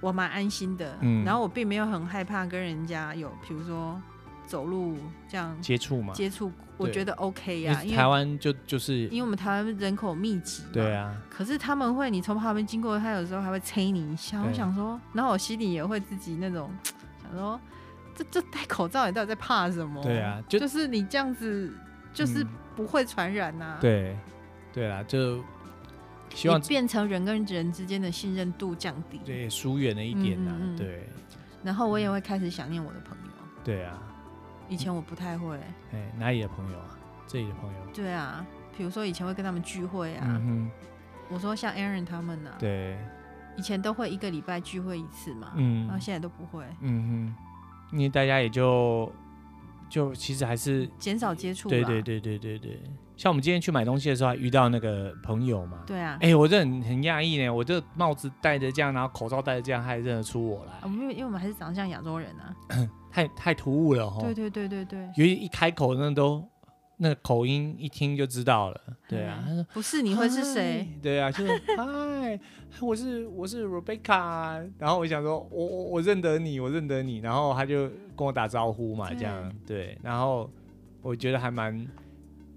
Speaker 2: 我蛮安心的，
Speaker 1: 嗯
Speaker 2: 然后我并没有很害怕跟人家有，比如说走路这样
Speaker 1: 接触嘛，
Speaker 2: 嗯接触，我觉得 OK 呀、
Speaker 1: 啊因为
Speaker 2: 因
Speaker 1: 台
Speaker 2: 为
Speaker 1: 湾就就是，
Speaker 2: 因为我们台湾人口密集，
Speaker 1: 对。啊，
Speaker 2: 可是他们会，你从旁边经过，他有时候还会催你一下。
Speaker 1: 对
Speaker 2: 我想说，然后我心里也会自己那种想说，这这戴口罩，你到底在怕什么？
Speaker 1: 对啊就
Speaker 2: 哦就、是你这样子，就是啊
Speaker 1: 嗯
Speaker 2: 不会传染呐、，
Speaker 1: 对，对啦，就希
Speaker 2: 你
Speaker 1: 望
Speaker 2: 变成人跟人之间的信任度降低。
Speaker 1: 对疏远了一点呐
Speaker 2: 嗯嗯，嗯
Speaker 1: 对，
Speaker 2: 然后我也会开始想念我的朋友，
Speaker 1: 对啊，
Speaker 2: 以前我不太会。
Speaker 1: 哎，哪里的朋友啊？这里的朋友，
Speaker 2: 对啊，比如说以前会跟他们聚会啊，
Speaker 1: 嗯
Speaker 2: 我说像 Aaron 他们呐、
Speaker 1: 哼，
Speaker 2: 啊
Speaker 1: 对，
Speaker 2: 以前都会一个礼拜聚会一次嘛，然后
Speaker 1: 嗯
Speaker 2: 现在都不会，
Speaker 1: 嗯哼，因为大家也就就其实还是
Speaker 2: 减少接触。
Speaker 1: 对对。对对对对，像我们今天去买东西的时候，还遇到那个朋友嘛。
Speaker 2: 对啊，
Speaker 1: 哎、我真的很很讶异呢，我这帽子戴着这样，然后口罩戴着这样，他还认得出我
Speaker 2: 我
Speaker 1: 来，
Speaker 2: 们因为因为我们还是长得像亚洲人啊，
Speaker 1: 太太突兀了吼
Speaker 2: 对。对对对对，
Speaker 1: 尤其一开口那都那口音一听就知道了，对啊。
Speaker 2: 嗯
Speaker 1: 他说
Speaker 2: 不是你会是谁？？
Speaker 1: 嗨对啊，就是嗨，我是我是 Rebecca，然后我想说，我我我认得你，我认得你，然后他就跟我打招呼嘛，
Speaker 2: 对
Speaker 1: 这样对，然后我觉得还蛮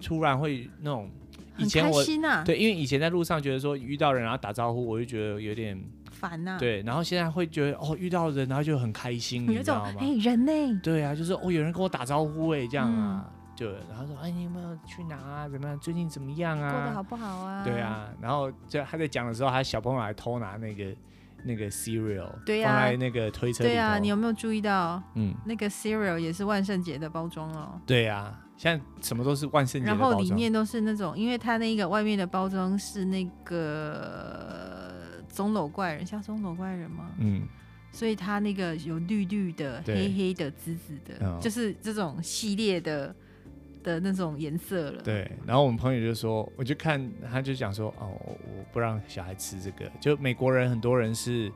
Speaker 1: 突然会那种，哎以
Speaker 2: 很
Speaker 1: 前
Speaker 2: 开
Speaker 1: 我
Speaker 2: 心啊，
Speaker 1: 对，因为以前在路上觉得说遇到人然后打招呼，我就觉得有点
Speaker 2: 烦啊呐，，
Speaker 1: 对，然后现在会觉得哦遇到人然后就很开心，
Speaker 2: 有
Speaker 1: 你
Speaker 2: 一
Speaker 1: 知
Speaker 2: 种
Speaker 1: 道吗？
Speaker 2: 哎人呢，嗯
Speaker 1: 对啊，就是哦有人跟我打招呼哎、这样啊，就然后说，哎，你有没有去哪啊？怎么样？最近怎么样啊？
Speaker 4: 过得好不好啊？
Speaker 1: 对，啊，然后就他在讲的时候，他小朋友还偷拿那个那个 cereal，
Speaker 2: 对
Speaker 1: 放
Speaker 2: 啊
Speaker 1: 在那个推车里头。
Speaker 2: 对啊，你有没有注意到
Speaker 1: 嗯，
Speaker 2: 那个 cereal 也是万圣节的包装哦？
Speaker 1: 对啊，现在什么都是万圣节的
Speaker 2: 然
Speaker 1: 包装。
Speaker 2: 后里面都是那种，因为它那个外面的包装是那个呃钟楼怪人，像钟楼怪人吗？
Speaker 1: 嗯，
Speaker 2: 所以它那个有绿绿的、
Speaker 1: 对
Speaker 2: 黑黑的、紫紫的
Speaker 1: 嗯，
Speaker 2: 就是这种系列的的那种颜色了。
Speaker 1: 对。然后我们朋友就说，我就看他就讲说，哦，我我不让小孩吃这个。就美国人很多人是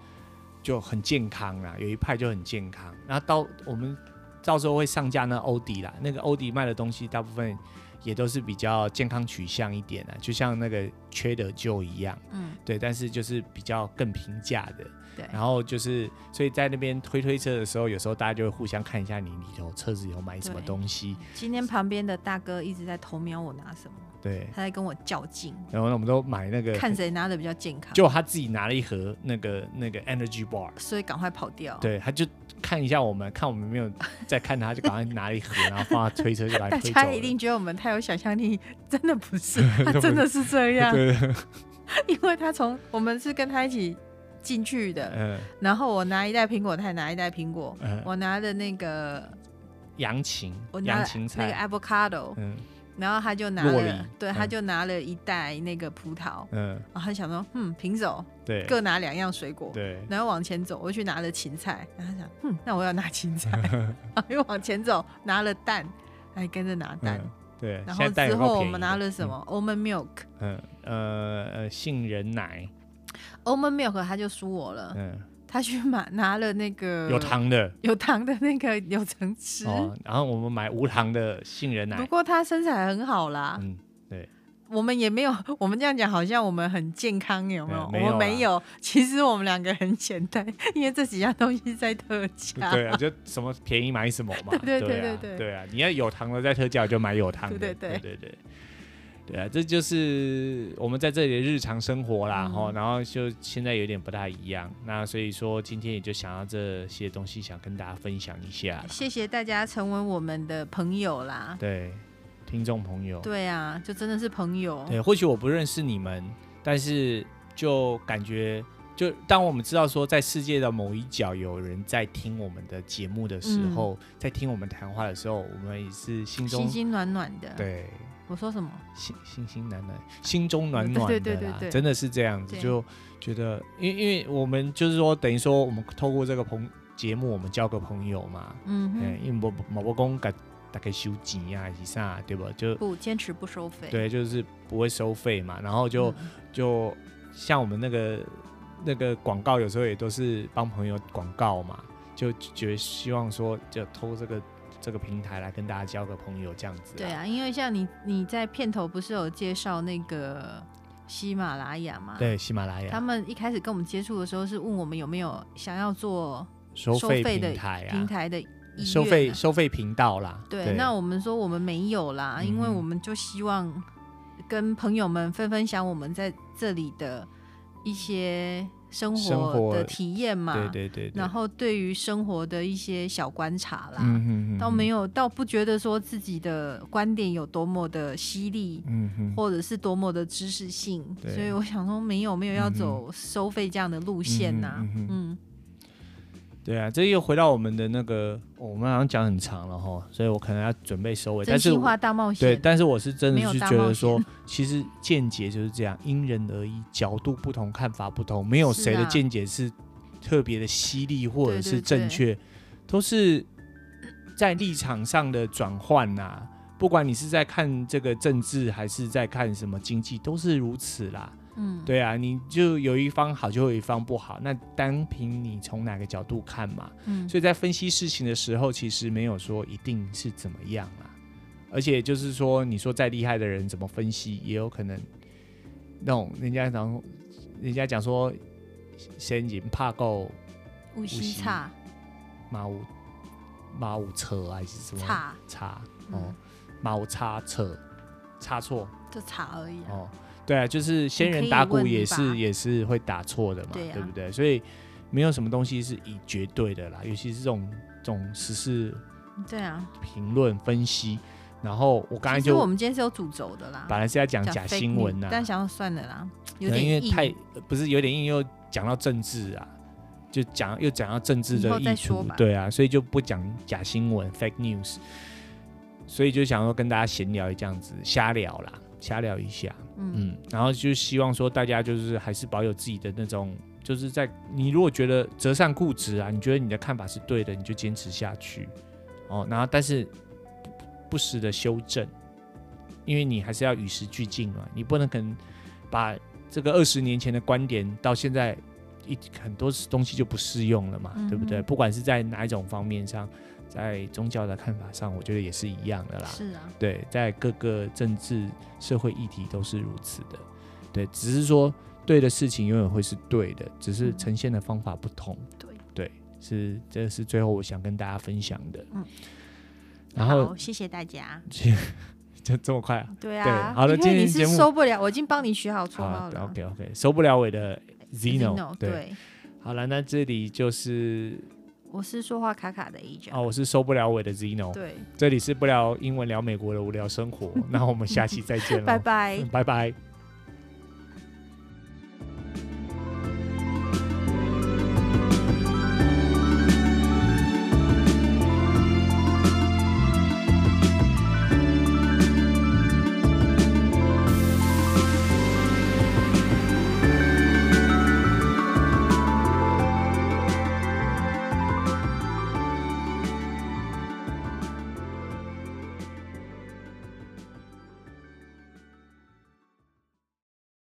Speaker 1: 就很健康啊啦，有一派就很健康。然后到我们到时候会上架那欧迪啦，那个欧迪卖的东西大部分也都是比较健康取向一点啊，就像那个缺的就一样。
Speaker 2: 嗯，
Speaker 1: 对，但是就是比较更平价的。
Speaker 2: 对
Speaker 1: 然后就是，所以在那边推推车的时候，有时候大家就会互相看一下你里头车子有买什么
Speaker 2: 对
Speaker 1: 东西。
Speaker 2: 今天旁边的大哥一直在偷瞄我拿什么，
Speaker 1: 对，
Speaker 2: 他在跟我较劲，
Speaker 1: 然后呢，我们都买那个，
Speaker 2: 看谁拿的比较健康，
Speaker 1: 就他自己拿了一盒那个那个 energy bar，
Speaker 2: 所以赶快跑掉。
Speaker 1: 对，他就看一下我们，看我们没有在看他，就赶快拿一盒，然后放在推车就赶
Speaker 2: 大
Speaker 1: 快推走
Speaker 2: 家
Speaker 1: 了。
Speaker 2: 一定觉得我们太有想象力，真的不是，
Speaker 1: 不
Speaker 2: 他
Speaker 1: 是
Speaker 2: 真的是这样，
Speaker 1: 对，对
Speaker 2: 因为他从我们是跟他一起进去的，
Speaker 1: 嗯
Speaker 2: 然后我拿一袋苹果，他也拿一袋苹果，
Speaker 1: 嗯，
Speaker 2: 我拿的那个
Speaker 1: 洋芹
Speaker 2: 我，拿
Speaker 1: 洋
Speaker 2: 了
Speaker 1: 芹
Speaker 2: 那个
Speaker 1: 菜，
Speaker 2: avocado，
Speaker 1: 嗯
Speaker 2: 然后他就拿
Speaker 1: 洛
Speaker 2: 了
Speaker 1: 梨，
Speaker 2: 对，
Speaker 1: 嗯
Speaker 2: 他就拿了一袋那个葡萄，
Speaker 1: 嗯，
Speaker 2: 然后他想说，嗯，平手，
Speaker 1: 对，
Speaker 2: 各拿两样水果。
Speaker 1: 对，
Speaker 2: 然后往前走，我去拿了芹菜，然后他想，嗯，那我要拿 芹菜，然后又往前走拿了蛋，还跟着拿蛋，
Speaker 1: 嗯对。
Speaker 2: 然
Speaker 1: 现在蛋
Speaker 2: 后
Speaker 1: 有
Speaker 2: 之
Speaker 1: 够
Speaker 2: 后我
Speaker 1: 便宜
Speaker 2: 们拿
Speaker 1: 的
Speaker 2: 了什
Speaker 1: 嗯
Speaker 2: 么 almond milk，
Speaker 1: 嗯呃呃杏仁奶，
Speaker 2: almond milk 他就输我了，
Speaker 1: 嗯，
Speaker 2: 他去买拿了那 个
Speaker 1: 有糖的
Speaker 2: 有糖的那个柳橙汁，
Speaker 1: 哦，然后我们买无糖的杏仁
Speaker 2: 不
Speaker 1: 奶，
Speaker 2: 过他身材很好啦，
Speaker 1: 嗯，
Speaker 2: 我们也没有，我们这样讲好像我们很健康，有没有？
Speaker 1: 对没
Speaker 2: 我
Speaker 1: 有啊
Speaker 2: 们没有，其实我们两个很简单，因为这几样东西在特 价。
Speaker 1: 对啊，就什么便宜买什么嘛，
Speaker 2: 对对
Speaker 1: 对
Speaker 2: 对
Speaker 1: 啊
Speaker 2: 对
Speaker 1: 对啊，你要有糖的在特价就买有糖的，
Speaker 2: 对
Speaker 1: 对
Speaker 2: 对
Speaker 1: 对对。对啊，这就是我们在这里的日常生活啦，
Speaker 2: 嗯
Speaker 1: 吼、然后就现在有点不大一样，那所以说今天也就想要这些东西想跟大家分享一下啦，
Speaker 2: 谢谢大家成为我们的朋友啦。
Speaker 1: 对，听众朋友，
Speaker 2: 对啊，就真的是朋友。
Speaker 1: 哦对，或许我不认识你们，但是就感觉，就当我们知道说，在世界的某一角有人在听我们的节目的时候，在听我们谈话的时候，我们也是心中
Speaker 2: 嗯心心暖暖的。，
Speaker 1: 对哎
Speaker 2: 我说什么？
Speaker 1: 心心心暖暖，心中暖暖的啦，
Speaker 2: 嗯对对对对对
Speaker 1: 真的是这样子，
Speaker 2: 对
Speaker 1: 就觉得，因为因为我们就是说，等于说我们透过这个朋节目，我们交个朋友嘛，
Speaker 2: 嗯
Speaker 1: 嗯，
Speaker 2: 哼，
Speaker 1: 因为我我公给大概收钱呀、啊，还是啥，对吧？就
Speaker 2: 不坚持不收费。
Speaker 1: 对，就是不会收费嘛，然后就。
Speaker 2: 嗯
Speaker 1: 就像我们那个那个广告，有时候也都是帮朋友广告嘛，就觉得希望说就偷这个这个平台来跟大家交个朋友这样子、
Speaker 2: 对，啊，因为像你你在片头不是有介绍那个喜马拉雅嘛？。
Speaker 1: 对，喜马拉
Speaker 2: 他
Speaker 1: 雅
Speaker 2: 们一开始跟我们接触的时候，是问我们有没有想要做
Speaker 1: 收
Speaker 2: 收
Speaker 1: 费
Speaker 2: 费的
Speaker 1: 平台啊，
Speaker 2: 平台的意愿啊、
Speaker 1: 收费收费频道啦。
Speaker 2: 对，那我们说我们没有啦，因为
Speaker 1: 嗯
Speaker 2: 我们就希望跟朋友们分分享我们在这里的一些生
Speaker 1: 生
Speaker 2: 活
Speaker 1: 活
Speaker 2: 的体验嘛，
Speaker 1: 对对对对，
Speaker 2: 然后对于生活的一些小观察啦，
Speaker 1: 嗯哼哼，
Speaker 2: 倒没
Speaker 1: 有，
Speaker 2: 有倒不觉得说自己的观点有多么的犀利。
Speaker 1: 嗯哼，
Speaker 2: 或者是多么的知识性，
Speaker 1: 对
Speaker 2: 所以我想说没有没有要
Speaker 1: 嗯哼
Speaker 2: 走收费这样的路线呐、
Speaker 1: 嗯哼嗯哼
Speaker 2: 嗯，
Speaker 1: 对啊，这又回到我们的那个，哦我们好像讲很长了哈，所以我可能要准备收尾，但
Speaker 2: 真
Speaker 1: 是
Speaker 2: 心
Speaker 1: 我
Speaker 2: 话大冒
Speaker 1: 对，
Speaker 2: 险，
Speaker 1: 但是我是真
Speaker 2: 没
Speaker 1: 的
Speaker 2: 有
Speaker 1: 是
Speaker 2: 大
Speaker 1: 觉
Speaker 2: 冒
Speaker 1: 得说，其实见解就是这样，因人而异，角度不同，看法不同，没有
Speaker 2: 是
Speaker 1: 谁的
Speaker 2: 啊
Speaker 1: 见解是特别的犀利或者
Speaker 2: 对
Speaker 1: 是
Speaker 2: 对
Speaker 1: 正
Speaker 2: 对
Speaker 1: 确，都是在立场上的转换呐、不管你是在看这个政治，还是在看什么经济，都是如此啦。
Speaker 2: 嗯，
Speaker 1: 对啊，你就有一方好，就有一方不好，那单凭你从哪个角度看嘛。
Speaker 2: 嗯，
Speaker 1: 所以在分析事情的时候，其实没有说一定是怎么样啊，而且就是说，你说再厉害的人怎么分析，也有可能那种人家讲，人家讲说先人怕够
Speaker 2: 无锡
Speaker 1: 息
Speaker 2: 差
Speaker 1: 马五马五车还是什么
Speaker 2: 差，
Speaker 1: 差哦
Speaker 2: 嗯，，
Speaker 1: 马五差车差错
Speaker 2: 就差而已、啊。
Speaker 1: 哦，对啊，就是仙人打鼓也
Speaker 2: 你可以
Speaker 1: 是
Speaker 2: 问吧
Speaker 1: 也是会打错的嘛，
Speaker 2: 对啊
Speaker 1: 不对？所以没有什么东西是以绝对的啦，尤其是这种这种时事
Speaker 2: 对啊，
Speaker 1: 评论分析，然后我刚才
Speaker 2: 其实我
Speaker 1: 就
Speaker 2: 们今天是有主轴的啦，
Speaker 1: 本来是要讲假
Speaker 2: fake
Speaker 1: 新闻啊
Speaker 2: news，
Speaker 1: 呐、
Speaker 2: 但想要算了啦，有
Speaker 1: 可能
Speaker 2: 点
Speaker 1: 因为
Speaker 2: 硬
Speaker 1: 太呃不是有点硬，又讲到政治啊，就讲又讲到政治
Speaker 2: 以
Speaker 1: 的
Speaker 2: 后
Speaker 1: 意
Speaker 2: 再
Speaker 1: 图
Speaker 2: 说吧，
Speaker 1: 对啊，所以就不讲假新闻 （fake news），所以就想要跟大家闲聊这样子，瞎聊啦，瞎聊一下，
Speaker 2: 嗯，
Speaker 1: 嗯，然后就希望说大家就是还是保有自己的那种，就是在你如果觉得折善固执啊，你觉得你的看法是对的，你就坚持下去哦，然后但是不不时的修正，因为你还是要与时俱进嘛，你不能可能把这个二十年前的观点到现在一很多东西就不适用了嘛，
Speaker 2: 嗯哼
Speaker 1: 对不对？不管是在哪一种方面上，在宗教的看法上，我觉得也是一样的啦。
Speaker 2: 是啊，
Speaker 1: 对，在各个政治社会议题都是如此的，对，只是说对的事情永远会是对的，只是
Speaker 2: 嗯
Speaker 1: 呈现的方法不同，
Speaker 2: 对，
Speaker 1: 对，是这是最后我想跟大家分享的，
Speaker 2: 嗯，
Speaker 1: 然后
Speaker 3: 好，谢谢大家。
Speaker 1: 就这么快啊，
Speaker 2: 对
Speaker 1: 对
Speaker 2: 啊，
Speaker 1: 好的
Speaker 2: 因
Speaker 1: 今
Speaker 2: 为
Speaker 1: 天
Speaker 2: 你
Speaker 1: 节
Speaker 2: 是
Speaker 1: 目
Speaker 2: 受不了，我已经帮你取好绰号
Speaker 1: 好
Speaker 2: 了啊
Speaker 1: ，OK OK，收不了尾的 Zeno，
Speaker 2: Zeno，，对，
Speaker 1: 好了，那这里就是
Speaker 2: 我是说话卡卡的一角
Speaker 1: 啊，，我是收不了尾的 Zeno，
Speaker 2: 哦对，
Speaker 1: 这里是不聊英文聊美国的无聊生活，那我们下期再见喽，
Speaker 2: 拜拜。
Speaker 1: 拜拜。